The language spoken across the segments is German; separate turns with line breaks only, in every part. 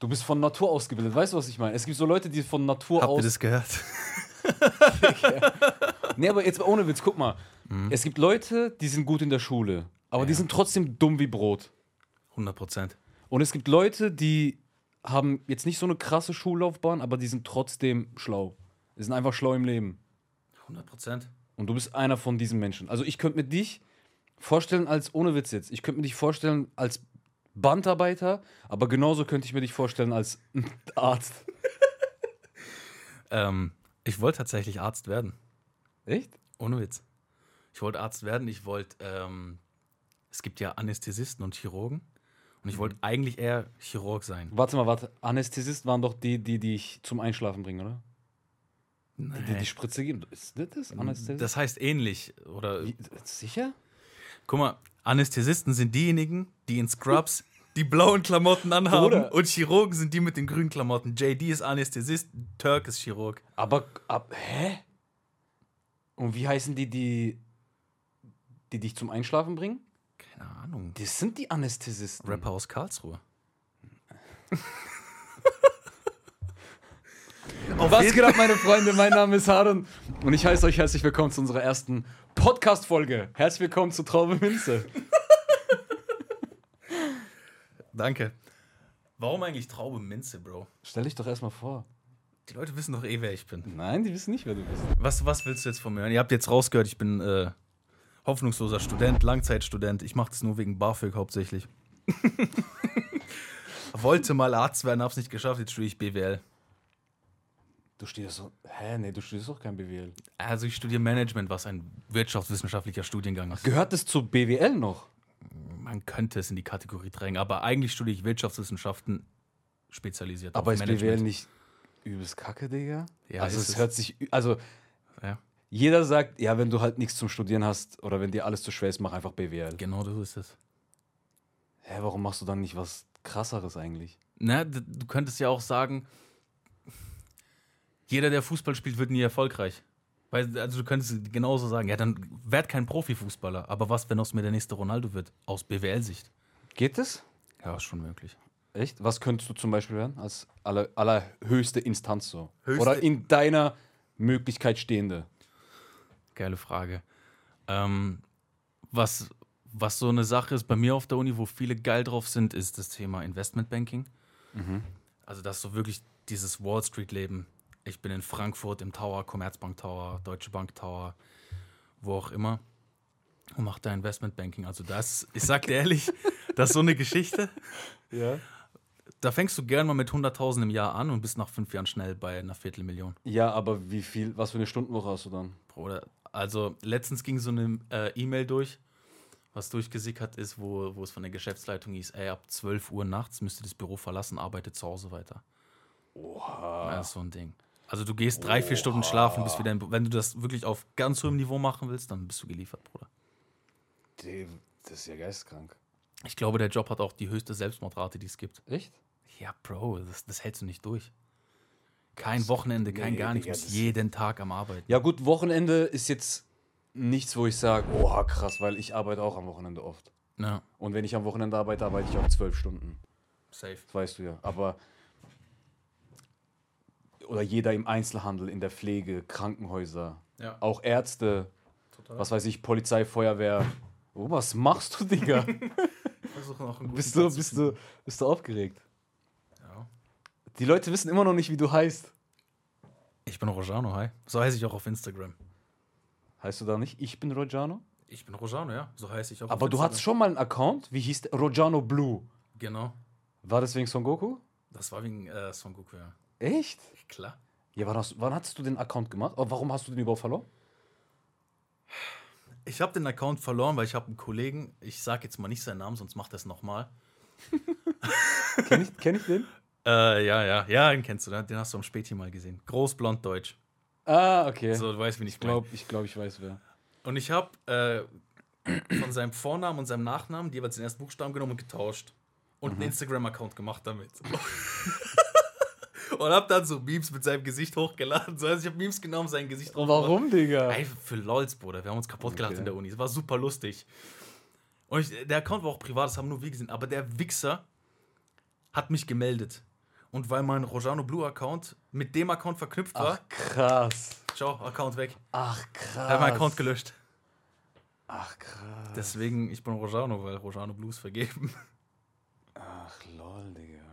Du bist von Natur ausgebildet, weißt du, was ich meine? Es gibt so Leute, die von Natur
Habt ihr
aus.
das gehört?
Nee, aber jetzt ohne Witz, guck mal.
Mhm.
Es gibt Leute, die sind gut in der Schule, aber die sind trotzdem dumm wie Brot.
100 Prozent.
Und es gibt Leute, die haben jetzt nicht so eine krasse Schullaufbahn, aber die sind trotzdem schlau. Die sind einfach schlau im Leben.
100 Prozent.
Und du bist einer von diesen Menschen. Also ich könnte mir dich vorstellen als, ohne Witz jetzt, ich könnte mir dich vorstellen als Bandarbeiter, aber genauso könnte ich mir dich vorstellen als Arzt.
Ähm, ich wollte tatsächlich Arzt werden.
Echt?
Ohne Witz. Ich wollte Arzt werden. Ich wollte, ähm, es gibt ja Anästhesisten und Chirurgen. Und ich wollte eigentlich eher Chirurg sein.
Warte mal, warte. Anästhesist waren doch die, die dich zum Einschlafen bringen, oder? Die die
Nee.
Spritze geben. Ist das das Anästhesist?
Das heißt ähnlich. Oder
Wie, sicher?
guck mal, Anästhesisten sind diejenigen, die in Scrubs die blauen Klamotten anhaben.
Bruder.
Und Chirurgen sind die mit den grünen Klamotten. JD ist Anästhesist, Turk ist Chirurg.
Aber, ab, hä? Und wie heißen die, die, die dich zum Einschlafen bringen?
Keine Ahnung.
Das sind die Anästhesisten.
Rapper aus Karlsruhe.
Was geht ab, meine Freunde? Mein Name ist Harun und ich heiße euch herzlich willkommen zu unserer ersten Podcast-Folge. Herzlich willkommen zu Traube Minze.
Danke. Warum eigentlich Traube Minze, Bro?
Stell dich doch erstmal vor.
Die Leute wissen doch eh, wer ich bin.
Nein, die wissen nicht, wer du bist.
Was, was willst du jetzt von mir hören? Ihr habt jetzt rausgehört, ich bin äh, hoffnungsloser Student, Langzeitstudent. Ich mache das nur wegen BAföG hauptsächlich. Wollte mal Arzt werden, hab's nicht geschafft, jetzt studiere ich BWL.
Du studierst so. Hä? Nee, du studierst doch kein BWL.
Also ich studiere Management, was ein wirtschaftswissenschaftlicher Studiengang ist.
Gehört es zu BWL noch?
Man könnte es in die Kategorie drängen, aber eigentlich studiere ich Wirtschaftswissenschaften spezialisiert
Aber
auf
ist BWL
Management.
nicht übelst kacke, Digga?
Ja,
also,
ist
es
es.
hört sich. ü- Also,
Ja,
jeder sagt, ja, wenn du halt nichts zum Studieren hast oder wenn dir alles zu schwer ist, mach einfach BWL.
genau so ist es.
Hä, warum machst du dann nicht was krasseres eigentlich?
Na, d- du könntest ja auch sagen, jeder, der Fußball spielt, wird nie erfolgreich. Weil, also du könntest genauso sagen, ja, dann werd kein Profifußballer. Aber was, wenn aus mir der nächste Ronaldo wird? Aus BWL-Sicht.
Geht es?
Ja, ist schon möglich.
Echt? Was könntest du zum Beispiel werden? Als aller, allerhöchste Instanz so?
Höchste-
Oder in deiner Möglichkeit stehende?
Geile Frage. Ähm, was, was so eine Sache ist bei mir auf der Uni, wo viele geil drauf sind, ist das Thema Investmentbanking. Also das ist so wirklich dieses Wall Street-Leben. Ich bin in Frankfurt im Tower, Commerzbank Tower, Deutsche Bank Tower, wo auch immer. Und mache da Investmentbanking. Also das, ich sag dir ehrlich, das ist so eine Geschichte.
Ja.
Da fängst du gern mal mit 100.000 im Jahr an und bist nach fünf Jahren schnell bei einer Viertelmillion.
Ja, aber wie viel, was für eine Stundenwoche hast du dann?
Bruder, also letztens ging so eine äh, E-Mail durch, was durchgesickert ist, wo, wo es von der Geschäftsleitung hieß, ey, ab 12 Uhr nachts müsst ihr das Büro verlassen, arbeitet zu Hause weiter. Oha. Ja, ist so ein Ding. Also du gehst drei, vier Stunden schlafen, bis wieder, im Bu- wenn du das wirklich auf ganz hohem Niveau machen willst, dann bist du geliefert, Bruder.
Das ist ja geisteskrank.
Ich glaube, der Job hat auch die höchste Selbstmordrate, die es gibt.
Echt?
Ja, Bro, das, das hältst du nicht durch. Kein Wochenende, kein
Nee,
gar nichts. Du
Digga,
bist
das-
jeden Tag am Arbeiten.
Ja, gut, Wochenende ist jetzt nichts, wo ich sage, oha, krass, weil ich arbeite auch am Wochenende oft.
Ja,
Und wenn ich am Wochenende arbeite, arbeite ich auch zwölf Stunden.
safe.
Das weißt du ja. Aber. Oder jeder im Einzelhandel, in der Pflege, Krankenhäuser,
Ja,
auch Ärzte,
total.
was weiß ich, Polizei, Feuerwehr. Oh, was machst du, Digga?
Versuchen auch einen guten
bist, du,
Platz zu
bist,
finden.
du, bist du aufgeregt?
Ja.
Die Leute wissen immer noch nicht, wie du heißt.
Ich bin Rojano, hi. So heiße ich auch auf Instagram.
Heißt du da nicht? Ich bin Rojano.
Ich bin Rojano, ja. So heiße ich auch
Aber du hattest schon mal einen Account. Wie hieß der? Rojano Blue.
Genau.
War das wegen Son Goku?
Das war wegen äh, Son Goku, ja.
Echt?
Klar.
Ja, wann, hast, wann hattest du den Account gemacht? Oh, warum hast du den überhaupt verloren?
Ich habe den Account verloren, weil ich habe einen Kollegen, ich sage jetzt mal nicht seinen Namen, sonst macht er es nochmal.
Kenn ich, kenn ich den?
Äh, ja, ja, ja, den kennst du, ne? den hast du am Späti mal gesehen. Großblond Deutsch.
Ah, okay.
So, du weißt, wie ich
Ich
glaube.
glaube, ich, glaub, ich weiß wer.
Und ich habe äh, von seinem Vornamen und seinem Nachnamen jeweils den ersten Buchstaben genommen und getauscht. Und
Mhm.
einen Instagram-Account gemacht damit. und habe dann so Memes mit seinem Gesicht hochgeladen. So, Also ich habe Memes genommen, sein Gesicht drauf. gemacht.
Warum, Digga?
Ey, für Lols, Bruder. Wir haben uns kaputt gelacht
Okay.
in der Uni. Es war super lustig. Und ich, der Account war auch privat, das haben nur wir gesehen. Aber der Wichser hat mich gemeldet. Und weil mein Rojano Blue Account mit dem Account verknüpft war,
krass.
ciao, Account weg.
Ach,
Er hat meinen Account
krass.
gelöscht.
Ach, krass.
Deswegen, ich bin Rojano, weil Rojano Blue ist vergeben.
Ach, lol, Digga.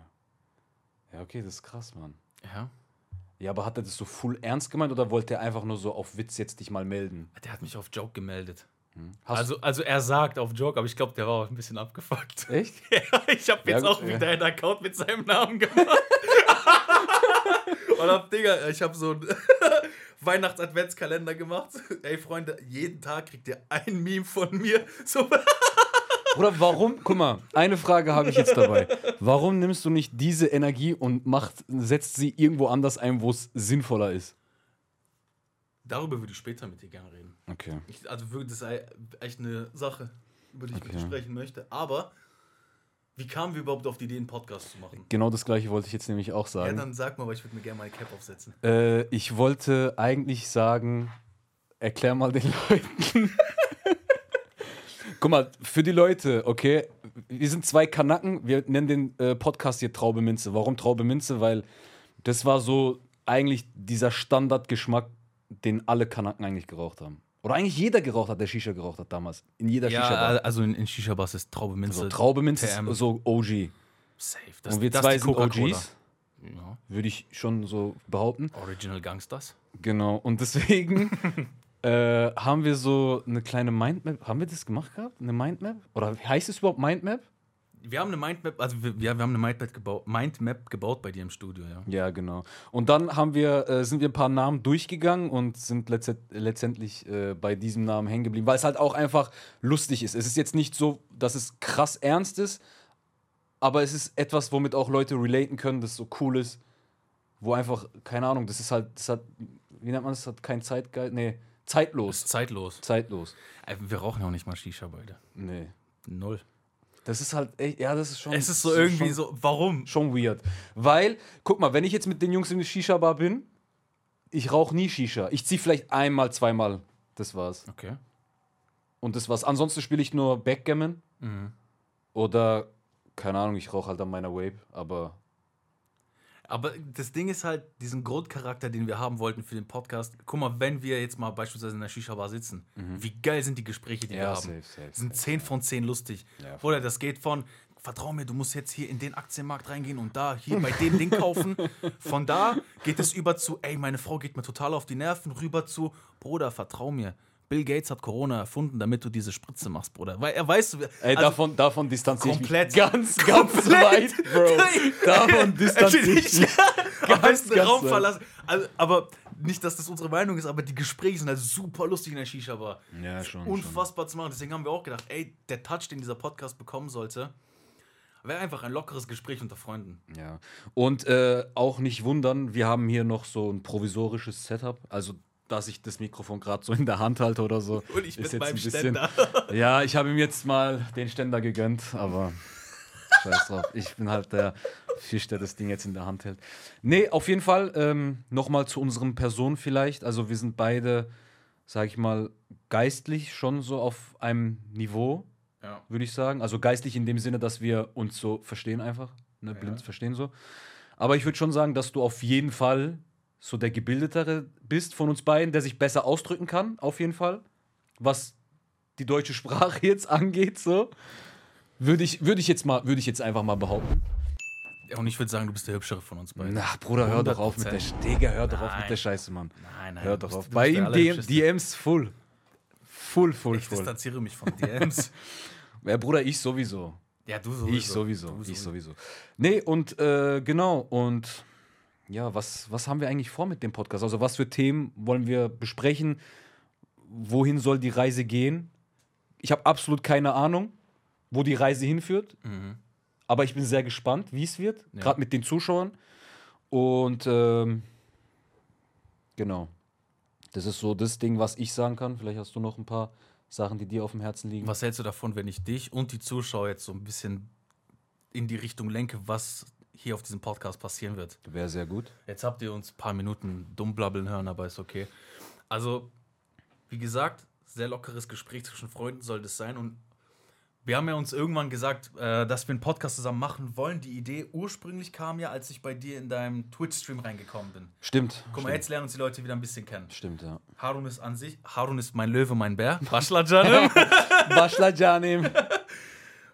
Ja, okay, das ist krass, Mann.
Ja.
Ja, aber hat er das so full ernst gemeint oder wollte er einfach nur so auf Witz jetzt dich mal melden?
Der hat mich auf Joke gemeldet.
Hm. Hast
also, also er sagt auf Joke, aber ich glaube, der war auch ein bisschen abgefuckt.
du echt?
ich habe
Ja,
jetzt
gut,
auch
ja.
wieder einen Account mit seinem Namen gemacht. Und hab, Digga, ich habe so einen Weihnachts-Adventskalender gemacht. Ey, Freunde, jeden Tag kriegt ihr ein Meme von mir. So,
Oder warum? Guck mal, eine Frage habe ich jetzt dabei. Warum nimmst du nicht diese Energie und macht, setzt sie irgendwo anders ein, wo es sinnvoller ist?
darüber würde ich später mit dir gerne reden.
Okay.
Ich, also wirklich, das sei echt eine Sache, über die ich mit dir
Okay.
sprechen möchte. Aber wie kamen wir überhaupt auf die Idee, einen Podcast zu machen?
Genau das gleiche wollte ich jetzt nämlich auch
Ja,
sagen.
dann sag mal, weil ich würde mir gerne meine Cap aufsetzen.
äh, ich wollte eigentlich sagen, erklär mal den Leuten. Guck mal, für die Leute, okay, wir sind zwei Kanaken, wir nennen den äh, Podcast hier Traube Minze. Warum Traube Minze? Weil das war so eigentlich dieser Standardgeschmack, den alle Kanaken eigentlich geraucht haben. Oder eigentlich jeder geraucht hat, der Shisha geraucht hat damals. In jeder Shisha-Bar.
also in, in Shisha-Bars ist Traube Minze.
So, Traube Minze
TM.
ist so OG.
Safe. Das,
Und wir
das
zwei
ist die
sind
Coca-Cola.
OGs,
Ja.
würde ich schon so behaupten.
Original Gangsters.
Genau, und deswegen äh, haben wir so eine kleine Mindmap. Haben wir das gemacht gehabt? Eine Mindmap? Oder heißt es überhaupt Mindmap?
Wir haben eine Mindmap, also wir, ja, wir haben eine Mindmap gebaut, Mindmap gebaut bei dir im Studio, ja.
Ja, genau. Und dann haben wir, äh, sind wir ein paar Namen durchgegangen und sind letzte, letztendlich äh, bei diesem Namen hängen geblieben, weil es halt auch einfach lustig ist. Es ist jetzt nicht so, dass es krass ernst ist, aber es ist etwas, womit auch Leute relaten können, das so cool ist, wo einfach, keine Ahnung, das ist halt, das hat, wie nennt man das, hat kein Zeitgeist, nee,
Das
zeitlos.
ist zeitlos.
Zeitlos.
Ey, Wir rauchen ja auch nicht mal Shisha beide.
Nee.
Null.
Das ist halt echt, ja, das ist schon.
Es ist so irgendwie
schon,
so, warum?
Schon weird. Weil, guck mal, wenn ich jetzt mit den Jungs in der Shisha-Bar bin, ich rauche nie Shisha. Ich ziehe vielleicht einmal, zweimal. Das war's.
Okay.
Und das war's. Ansonsten spiele ich nur Backgammon.
Mhm.
Oder, keine Ahnung, ich rauche halt an meiner Vape. Aber
Aber das Ding ist halt, diesen Grundcharakter, den wir haben wollten für den Podcast. Guck mal, wenn wir jetzt mal beispielsweise in der Shisha-Bar sitzen, wie geil sind die Gespräche, die wir
Mhm. Ja,
haben.
safe, safe,
sind 10 von 10 lustig.
Ja, voll.
Oder das geht von, vertrau mir, du musst jetzt hier in den Aktienmarkt reingehen und da, hier bei dem Ding kaufen. Von da geht es über zu, ey, meine Frau geht mir total auf die Nerven, rüber zu, Bruder, vertrau mir. Bill Gates hat Corona erfunden, damit du diese Spritze machst, Bruder. Weil er weißt du,
Ey,
also-
davon, davon distanziere ich mich
Komplett.
ganz, ganz
Komplett.
weit, Bro. Davon distanziere ich mich.
Am besten den
ganz
Raum
weit.
verlassen. Also, aber nicht, dass das unsere Meinung ist, aber die Gespräche sind halt super lustig in der Shisha-Bar.
Ja,
Das ist
schon,
Unfassbar zu machen. Deswegen haben wir auch gedacht, ey, der Touch, den dieser Podcast bekommen sollte, wäre einfach ein lockeres Gespräch unter Freunden.
Ja. Und äh, auch nicht wundern, wir haben hier noch so ein provisorisches Setup. Also, dass ich das Mikrofon gerade so in der Hand halte oder so.
Und ich mit meinem
Ja, ich habe ihm jetzt mal den Ständer gegönnt, aber scheiß drauf. Ich bin halt der Fisch, der das Ding jetzt in der Hand hält. Nee, auf jeden Fall ähm, nochmal zu unserem Person vielleicht. Also, wir sind beide, sag ich mal, geistlich schon so auf einem Niveau
Ja.
würde ich sagen. Also geistlich in dem Sinne, dass wir uns so verstehen einfach, ne, blind verstehen so. Aber ich würde schon sagen, dass du auf jeden Fall so der gebildetere bist von uns beiden, der sich besser ausdrücken kann, auf jeden Fall, was die deutsche Sprache jetzt angeht, so. Würde ich, würde ich jetzt mal, würde ich jetzt einfach mal behaupten.
Und ich würde sagen, du bist der Hübschere von uns beiden.
Na, Bruder, hör doch auf mit der,
100%.
Digga, hör doch auf
Nein.
mit der Scheiße, Mann.
Nein, nein.
Hör
du
doch
bist-
auf.
du
Bei
bist der
ihm DM,
Allerhübscheste.
DMs full. Full, full,
Ich
full.
distanziere mich von DMs.
Ja, Bruder, ich sowieso.
ja, du sowieso.
Ich sowieso,
Du
ich sowieso. Nee, und äh, genau, und ja, was, was haben wir eigentlich vor mit dem Podcast? Also, was für Themen wollen wir besprechen? Wohin soll die Reise gehen? Ich habe absolut keine Ahnung, wo die Reise hinführt,
Mhm.
aber ich bin sehr gespannt, wie es wird,
Ja.
gerade mit den Zuschauern. Und ähm, genau, das ist so das Ding, was ich sagen kann. Vielleicht hast du noch ein paar Sachen, die dir auf dem Herzen liegen.
Was hältst du davon, wenn ich dich und die Zuschauer jetzt so ein bisschen in die Richtung lenke, was hier auf diesem Podcast passieren wird?
Wäre sehr gut.
Jetzt habt ihr uns ein paar Minuten dumm blabbeln hören, aber ist okay. Also, wie gesagt, sehr lockeres Gespräch zwischen Freunden soll das sein und Wir haben ja uns irgendwann gesagt, äh, dass wir einen Podcast zusammen machen wollen. Die Idee ursprünglich kam ja, als ich bei dir in deinem Twitch-Stream reingekommen bin.
Stimmt.
Guck mal, jetzt lernen uns die Leute wieder ein bisschen kennen.
Stimmt, ja.
Harun ist an sich, Harun ist mein Löwe, mein Bär. Baschlajanem.
Bashla Janim.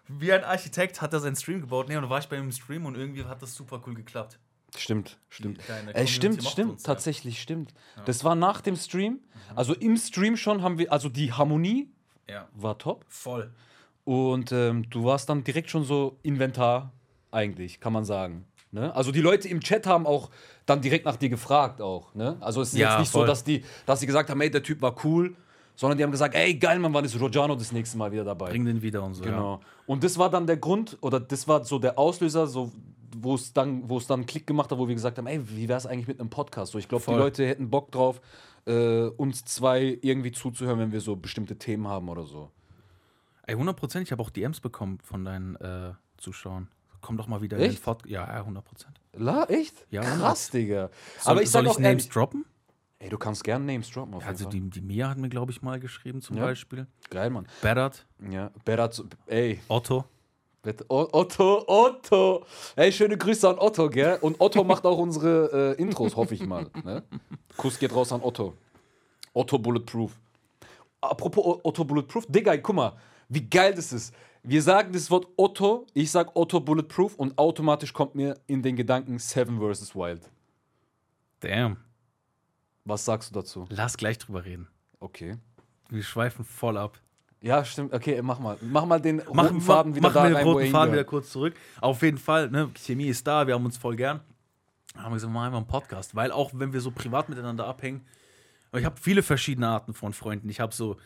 Wie ein Architekt hat er seinen Stream gebaut. Nee, und da war ich bei ihm im Stream und irgendwie hat das super cool geklappt.
Stimmt, stimmt.
kleine
Äh,
Community
stimmt,
macht
stimmt,
uns, ja. Mhm.
tatsächlich, stimmt. Das war nach dem Stream. Also im Stream schon haben wir, also die Harmonie
Ja,
war top.
voll.
Und ähm, du warst dann direkt schon so Inventar, eigentlich, kann man sagen. Ne? Also die Leute im Chat haben auch dann direkt nach dir gefragt auch. Ne? Also es ist
Ja,
jetzt nicht so,
voll.
dass die, dass die gesagt haben, ey, der Typ war cool, sondern die haben gesagt, ey, geil, Mann, wann ist Rojano das nächste Mal wieder dabei?
Bring den wieder und so.
Genau. Und das war dann der Grund, oder das war so der Auslöser, so wo es dann, wo es dann einen Klick gemacht hat, wo wir gesagt haben, ey, wie wäre es eigentlich mit einem Podcast? So, ich glaube, die
Voll.
Leute hätten Bock drauf, äh, uns zwei irgendwie zuzuhören, wenn wir so bestimmte Themen haben oder so.
Ja. Ey, 100 Prozent. Ich habe auch DMs bekommen von deinen äh, Zuschauern. Komm doch mal wieder in
Echt?
den Podcast. Ja, ja, 100 Prozent.
La, echt?
Ja,
Krass, Digga.
Soll-
Aber ich sag
soll
auch
ich Names
ehrlich,
droppen?
ey, du kannst gerne Names droppen auf jeden
Also
Fall.
die, die Mia hat mir, glaube ich, mal geschrieben zum
Ja.
Beispiel.
Geil, Mann.
Berat,
Ja, Berat, ey,
Otto.
Bet- O- Otto, Otto. Ey, schöne Grüße an Otto, gell? Und Otto macht auch unsere äh, Intros, hoffe ich mal. Ne? Kuss geht raus an Otto. Otto Bulletproof. Apropos O- Otto Bulletproof, Digga, guck mal, wie geil das ist. Wir sagen das Wort Otto, ich sag Otto Bulletproof und automatisch kommt mir in den Gedanken Seven vs. Wild.
Damn.
Was sagst du dazu?
Lass gleich drüber reden.
Okay.
Wir schweifen voll ab.
Ja, stimmt. Okay, mach mal. Mach mal den roten
Mach-
Faden wieder
mach
da
mir den
rein, wo
roten
er
Faden wieder
hingehört.
kurz zurück. Auf jeden Fall, ne, Chemie ist da, wir haben uns voll gern. Dann haben wir gesagt, machen wir mal einen Podcast, weil auch wenn wir so privat miteinander abhängen, aber ich habe viele verschiedene Arten von Freunden. Ich habe so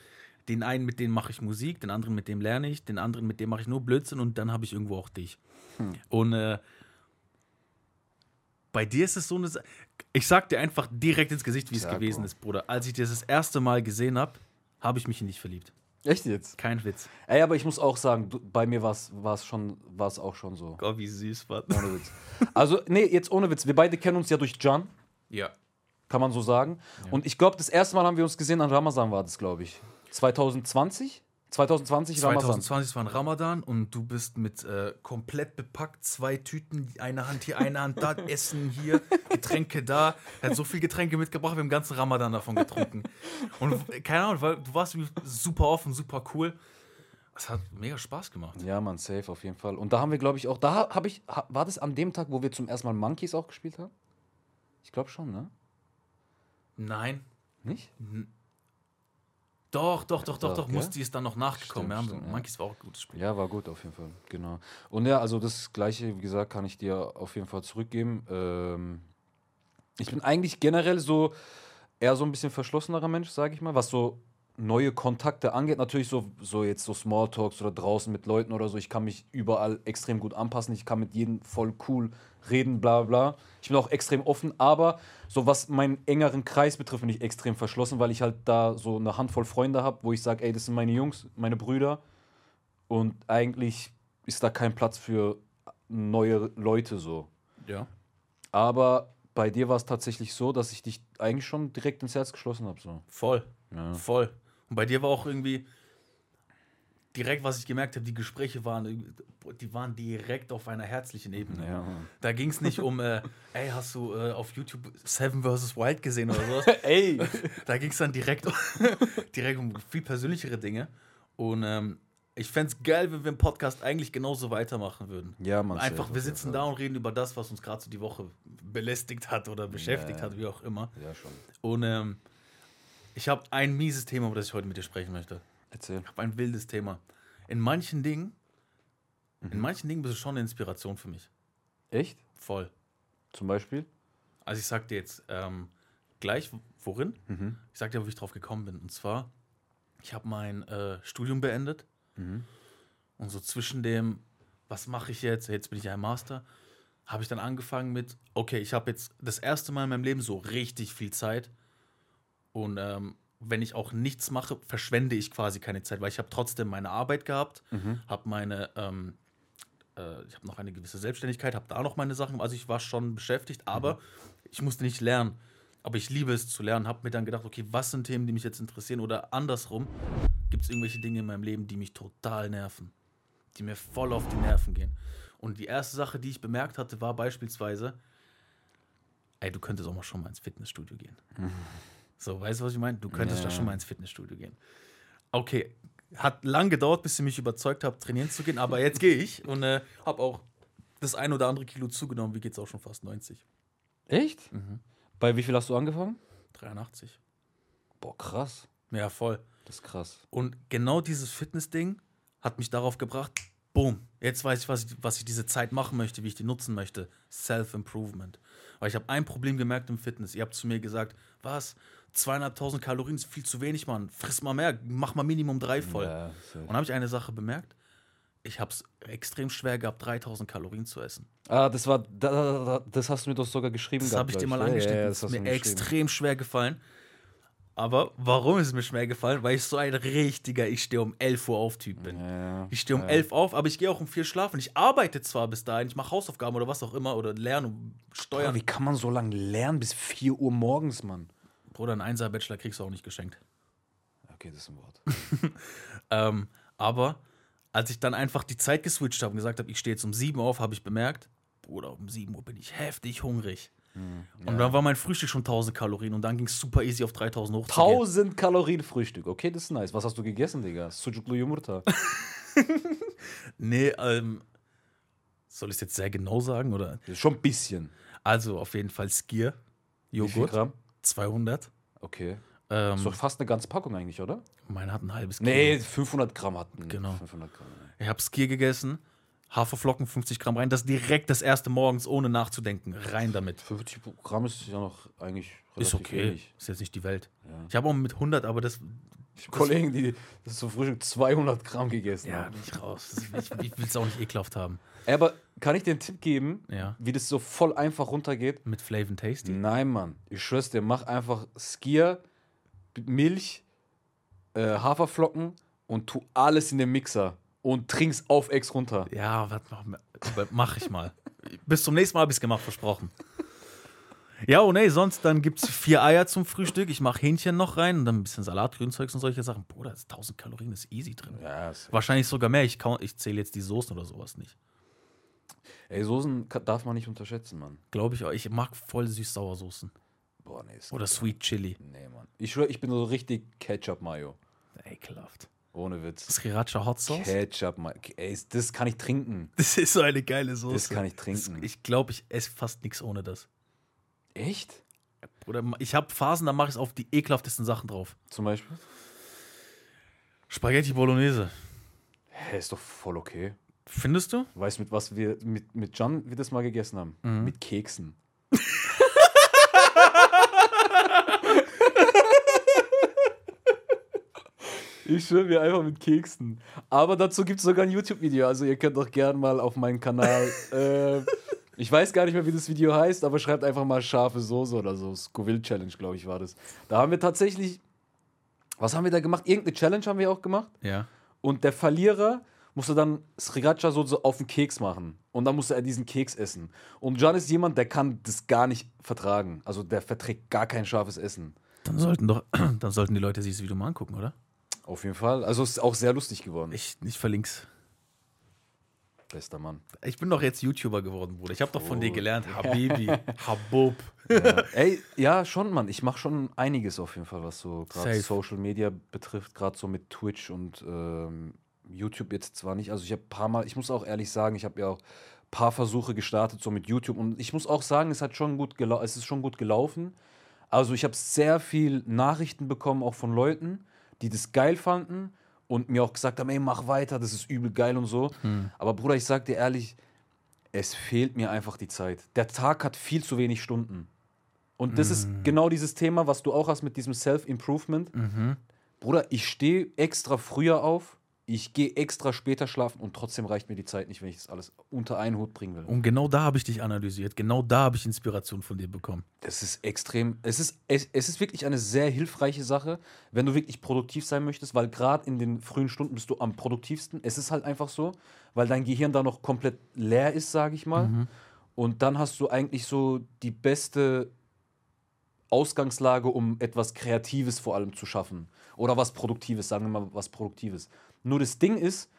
den einen, mit dem mache ich Musik, den anderen, mit dem lerne ich, den anderen, mit dem mache ich nur Blödsinn und dann habe ich irgendwo auch dich.
Hm.
Und äh, bei dir ist es so eine. Sa- Ich sag dir einfach direkt ins Gesicht, wie es
Sag
gewesen
mal.
ist, Bruder. Als ich dir das erste Mal gesehen habe, habe ich mich in dich verliebt.
Echt jetzt?
Kein Witz.
Ey, aber ich muss auch sagen, du- bei mir war es schon, war's auch schon so.
Gott, wie süß war
Ohne Witz. Also, nee, jetzt ohne Witz. Wir beide kennen uns ja durch Can,
Ja.
kann man so sagen. Und ich glaube, das erste Mal haben wir uns gesehen an Ramazan war das, glaube ich. 2020? 2020 Ramazan.
2020 war ein Ramadan und du bist mit äh, komplett bepackt, zwei Tüten, eine Hand hier, eine Hand da, Essen hier, Getränke da. Er hat so viel Getränke mitgebracht, wir haben den ganzen Ramadan davon getrunken. Und äh, keine Ahnung, weil du warst irgendwie super offen, super cool. Es hat mega Spaß gemacht.
Ja, man, safe auf jeden Fall. Und da haben wir, glaube ich, auch, da habe ich, ha- war das an dem Tag, wo wir zum ersten Mal Monkeys auch gespielt haben? Ich glaube schon, ne?
Nein.
Nicht?
Doch, doch, doch, doch,
Doch,
doch.
gell?
Musti ist dann noch nachgekommen.
Stimmt,
ja,
stimmt, ja.
Monkeys war auch ein gutes Spiel.
Ja, war gut auf jeden Fall, genau. Und ja, also das Gleiche, wie gesagt, kann ich dir auf jeden Fall zurückgeben. Ähm, ich bin eigentlich generell so eher so ein bisschen verschlossenerer Mensch, sage ich mal, was so neue Kontakte angeht. Natürlich so, so jetzt so Smalltalks oder draußen mit Leuten oder so. Ich kann mich überall extrem gut anpassen. Ich kann mit jedem voll cool reden, bla bla. Ich bin auch extrem offen, aber so was meinen engeren Kreis betrifft, bin ich extrem verschlossen, weil ich halt da so eine Handvoll Freunde habe, wo ich sage, ey, das sind meine Jungs, meine Brüder. Und eigentlich ist da kein Platz für neue Leute so.
Ja.
Aber bei dir war es tatsächlich so, dass ich dich eigentlich schon direkt ins Herz geschlossen habe. So.
Voll.
Ja.
Voll. Und bei dir war auch irgendwie direkt, was ich gemerkt habe, die Gespräche waren, irgendwie- die waren direkt auf einer herzlichen Ebene.
Ja.
Da ging es nicht um, äh, ey, hast du äh, auf YouTube Seven vs. Wild gesehen oder sowas?
Ey!
da ging es dann direkt, um, direkt um viel persönlichere Dinge. Und ähm, ich fände es geil, wenn wir im Podcast eigentlich genauso weitermachen würden.
Ja, man.
Einfach, wir sitzen da und reden über das, was uns gerade so die Woche belästigt hat oder beschäftigt
Ja.
hat, wie auch immer.
Ja, schon.
Und ähm, ich habe ein mieses Thema, über das ich heute mit dir sprechen möchte.
Erzähl.
Ich habe ein wildes Thema. In manchen Dingen,
Mhm.
in manchen Dingen bist du schon eine Inspiration für mich.
Echt?
Voll.
Zum Beispiel?
Also ich sag dir jetzt ähm, gleich, worin.
Mhm.
Ich sag dir, wo ich drauf gekommen bin. Und zwar, ich habe mein äh, Studium beendet.
Mhm.
Und so zwischen dem, was mache ich jetzt? Jetzt bin ich ja im Master. Habe ich dann angefangen mit, okay, ich habe jetzt das erste Mal in meinem Leben so richtig viel Zeit. Und ähm, wenn ich auch nichts mache, verschwende ich quasi keine Zeit, weil ich habe trotzdem meine Arbeit gehabt,
Mhm.
habe meine, ähm, äh, ich habe noch eine gewisse Selbstständigkeit, habe da noch meine Sachen. Also ich war schon beschäftigt, aber ich musste nicht lernen. Aber ich liebe es zu lernen, habe mir dann gedacht, okay, was sind Themen, die mich jetzt interessieren? Oder andersrum, gibt es irgendwelche Dinge in meinem Leben, die mich total nerven? die mir voll auf die Nerven gehen. Und die erste Sache, die ich bemerkt hatte, war beispielsweise, ey, du könntest auch mal schon mal ins Fitnessstudio gehen. So, weißt du, was ich meine? Du könntest
Ja.
da schon mal ins Fitnessstudio gehen. Okay, hat lang gedauert, bis ich mich überzeugt habe, trainieren zu gehen, aber jetzt gehe ich und äh, habe auch das ein oder andere Kilo zugenommen. Wie geht's auch schon fast 90?
Echt? Bei wie viel hast du angefangen?
83.
Boah, krass.
Ja, voll.
Das ist krass.
Und genau dieses Fitness-Ding hat mich darauf gebracht, boom, jetzt weiß ich was, ich, was ich diese Zeit machen möchte, wie ich die nutzen möchte. Self-Improvement. Weil ich habe ein Problem gemerkt im Fitness. Ihr habt zu mir gesagt, was, 200.000 Kalorien ist viel zu wenig, Mann. Friss mal mehr, mach mal Minimum drei voll.
Ja,
Und habe ich eine Sache bemerkt, ich habe es extrem schwer gehabt, 3.000 Kalorien zu essen.
ah, das war, da, da, da, das hast du mir doch sogar geschrieben.
Das
gehabt,
habe ich dir
glaub
mal
Ja,
angeschnitten.
Ja, ja,
das
das hast
ist
du
mir
mir geschrieben.
extrem schwer gefallen. Aber warum ist es mir schwer gefallen? Weil ich so ein richtiger, ich stehe um 11 Uhr auf Typ bin.
Ja,
Ich stehe um 11 auf, aber ich gehe auch um 4 schlafen. Ich arbeite zwar bis dahin, ich mache Hausaufgaben oder was auch immer oder lerne und
Boah,
steuern.
wie kann man so lange lernen bis 4 Uhr morgens, Mann?
Bruder, ein Einser-Bachelor kriegst du auch nicht geschenkt.
Okay, das ist ein Wort.
Ähm, aber als ich dann einfach die Zeit geswitcht habe und gesagt habe, ich stehe jetzt um 7 auf, habe ich bemerkt, Bruder, um 7 Uhr bin ich heftig hungrig. Und dann war mein Frühstück schon 1000 Kalorien und dann ging es super easy auf 3000 hoch.
1000 Kalorien Frühstück. Okay, das ist nice. Was hast du gegessen, Digga? Sujuklu Yumurta.
Nee, ähm, soll ich es jetzt sehr genau sagen? Oder?
Das ist Schon ein bisschen.
Also auf jeden Fall Skier,
Wie viel
Joghurt,
Gramm?
200.
Okay.
Ähm,
Ist doch fast eine ganze Packung eigentlich, oder?
Meine hat ein halbes Kilo.
Nee, 500 Gramm hatten.
Genau.
500 Gramm. ja.
Ich habe Skier gegessen, Haferflocken 50 Gramm rein, das direkt das erste morgens, ohne nachzudenken, rein damit.
50 Gramm ist ja noch eigentlich
Ist
relativ
okay,
wenig.
ist jetzt eh nicht die Welt.
Ja.
Ich habe auch mit 100, aber das,
Ich habe Kollegen, die das zum Frühstück 200 Gramm gegessen
ja,
haben.
bin ich raus. Das- Ich, ich will es auch nicht ekelhaft haben.
Ey, Aber kann ich dir einen Tipp geben,
Ja,
wie das so voll einfach runtergeht?
mit Flavin Tasty.
Nein, Mann. Ich schwör's dir, mach einfach Skier, B- Milch, äh, Haferflocken und tu alles in den Mixer und trink's auf Ex runter.
Ja, was mach, mach ich mal. Bis zum nächsten Mal habe ich es gemacht, versprochen. Ja, oh nee, sonst dann gibt es vier Eier zum Frühstück. Ich mache Hähnchen noch rein und dann ein bisschen Salat, Grünzeugs und solche Sachen. Bruder, das ist 1000 Kalorien, das ist easy drin.
Ja,
Wahrscheinlich sogar mehr. Ich, count- ich zähle jetzt die Soßen oder sowas nicht.
Ey, Soßen ka- darf man nicht unterschätzen, Mann.
Glaube ich auch. Ich mag voll süß-sauersoßen.
Boah, nee. Ist
Oder Sweet Chili.
Nee, Mann. Ich schwör, ich bin so richtig Ketchup-Mayo.
Ekelhaft.
Ohne Witz.
Das Sriracha Hot Sauce?
Ketchup-Mayo. Ey, ist- das kann ich trinken.
Das ist so eine geile Soße.
Das kann ich
Das-
trinken.
Ich glaube, ich esse fast nichts ohne das.
Echt?
Oder ich habe Phasen, da mache ich es auf die ekelhaftesten Sachen drauf.
Zum Beispiel?
Spaghetti Bolognese.
Hä, ist doch voll okay.
Findest du?
Weißt du, mit was wir, mit, mit Jan wir das mal gegessen haben? Mit Keksen. ich schwöre mir einfach mit Keksen. Aber dazu gibt es sogar ein YouTube-Video. Also ihr könnt doch gern mal auf meinen Kanal. äh, ich weiß gar nicht mehr, wie das Video heißt, aber schreibt einfach mal scharfe Soße oder so. Scoville Challenge, glaube ich, war das. Da haben wir tatsächlich. Was haben wir da gemacht? Irgendeine Challenge haben wir auch gemacht.
Ja.
Und der Verlierer musste dann Sriracha so, so auf den Keks machen. Und dann musste er diesen Keks essen. Und John ist jemand, der kann das gar nicht vertragen. Also der verträgt gar kein scharfes Essen.
Dann sollten doch, dann sollten die Leute sich das Video mal angucken, oder?
Auf jeden Fall. Also ist auch sehr lustig geworden.
Ich, ich verlink's.
Bester Mann.
Ich bin doch jetzt YouTuber geworden, Bruder. Ich habe doch von dir
Oh.
gelernt. Habibi, Habub.
Ja. Ey, ja, schon, Mann. Ich mache schon einiges auf jeden Fall, was so gerade
Safe.
Social Media betrifft, gerade so mit Twitch und ähm, YouTube jetzt zwar nicht. Also ich habe paar Mal, ich muss auch ehrlich sagen, ich habe ja auch paar Versuche gestartet, so mit YouTube. Und ich muss auch sagen, es hat schon gut gelau es ist schon gut gelaufen. Also ich habe sehr viel Nachrichten bekommen, auch von Leuten, die das geil fanden und mir auch gesagt haben, ey, mach weiter, das ist übel geil und so. Aber Bruder, ich sag dir ehrlich, es fehlt mir einfach die Zeit. Der Tag hat viel zu wenig Stunden. Und das ist genau dieses Thema, was du auch hast mit diesem Self-Improvement.
Mhm.
Bruder, ich stehe extra früher auf, ich gehe extra später schlafen und trotzdem reicht mir die Zeit nicht, wenn ich das alles unter einen Hut bringen will.
Und genau da habe ich dich analysiert. Genau da habe ich Inspiration von dir bekommen.
Das ist extrem, es ist, es, es ist wirklich eine sehr hilfreiche Sache, wenn du wirklich produktiv sein möchtest, weil gerade in den frühen Stunden bist du am produktivsten. Es ist halt einfach so, weil dein Gehirn da noch komplett leer ist, sage ich mal. Und dann hast du eigentlich so die beste Ausgangslage, um etwas Kreatives vor allem zu schaffen. Oder was Produktives, sagen wir mal was Produktives. Nur das Ding ist,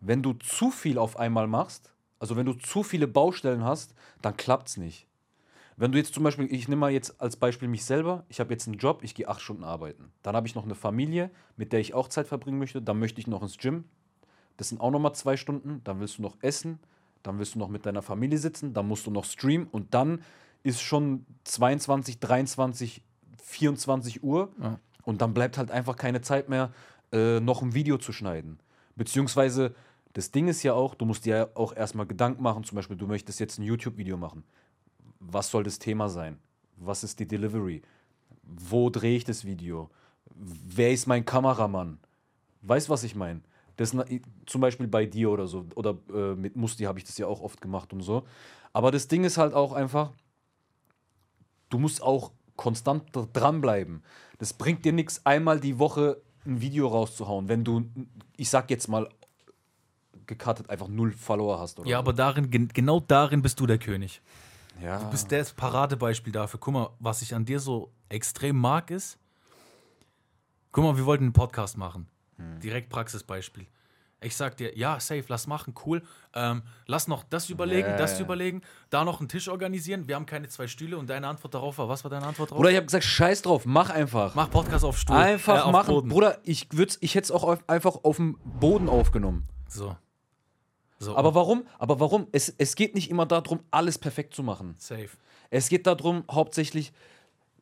wenn du zu viel auf einmal machst, also wenn du zu viele Baustellen hast, dann klappt es nicht. Wenn du jetzt zum Beispiel, ich nehme mal jetzt als Beispiel mich selber, ich habe jetzt einen Job, ich gehe acht Stunden arbeiten. Dann habe ich noch eine Familie, mit der ich auch Zeit verbringen möchte. Dann möchte ich noch ins Gym. Das sind auch nochmal zwei Stunden. Dann willst du noch essen. Dann willst du noch mit deiner Familie sitzen. Dann musst du noch streamen. Und dann ist schon 22, 23, 24 Uhr.
Ja.
Und dann bleibt halt einfach keine Zeit mehr, äh, noch ein Video zu schneiden. Beziehungsweise das Ding ist ja auch, du musst dir ja auch erstmal Gedanken machen. Zum Beispiel, du möchtest jetzt ein YouTube-Video machen was soll das Thema sein? Was ist die Delivery? Wo drehe ich das Video? Wer ist mein Kameramann? Weißt was ich meine? Das na- zum Beispiel bei dir oder so oder äh, mit Musti habe ich das ja auch oft gemacht und so. Aber das Ding ist halt auch einfach, du musst auch konstant dr- dranbleiben. Das bringt dir nichts, einmal die Woche ein Video rauszuhauen, wenn du, ich sag jetzt mal, gekartet einfach null Follower hast. Oder
Ja, aber darin, gen- genau darin bist du der König.
so. ja.
Du bist das Paradebeispiel dafür. Guck mal, was ich an dir so extrem mag, ist. Guck mal, wir wollten einen Podcast machen.
Hm.
Direkt Praxisbeispiel. Ich sag dir, ja, safe, lass machen, cool. Ähm, lass noch das überlegen,
Ja,
das
ja.
überlegen, da noch einen Tisch organisieren. Wir haben keine zwei Stühle und deine Antwort darauf war, was war deine Antwort darauf?
Bruder, ich habe gesagt, scheiß drauf, mach einfach.
Mach Podcast auf Stuhl. äh,
Einfach
auf
machen.
Boden.
Bruder, ich, würd's- ich hätte es auch auf, einfach auf dem Boden aufgenommen.
So. so.
Aber warum? Aber warum? Es, es geht nicht immer darum, alles perfekt zu machen.
safe.
Es geht darum, hauptsächlich.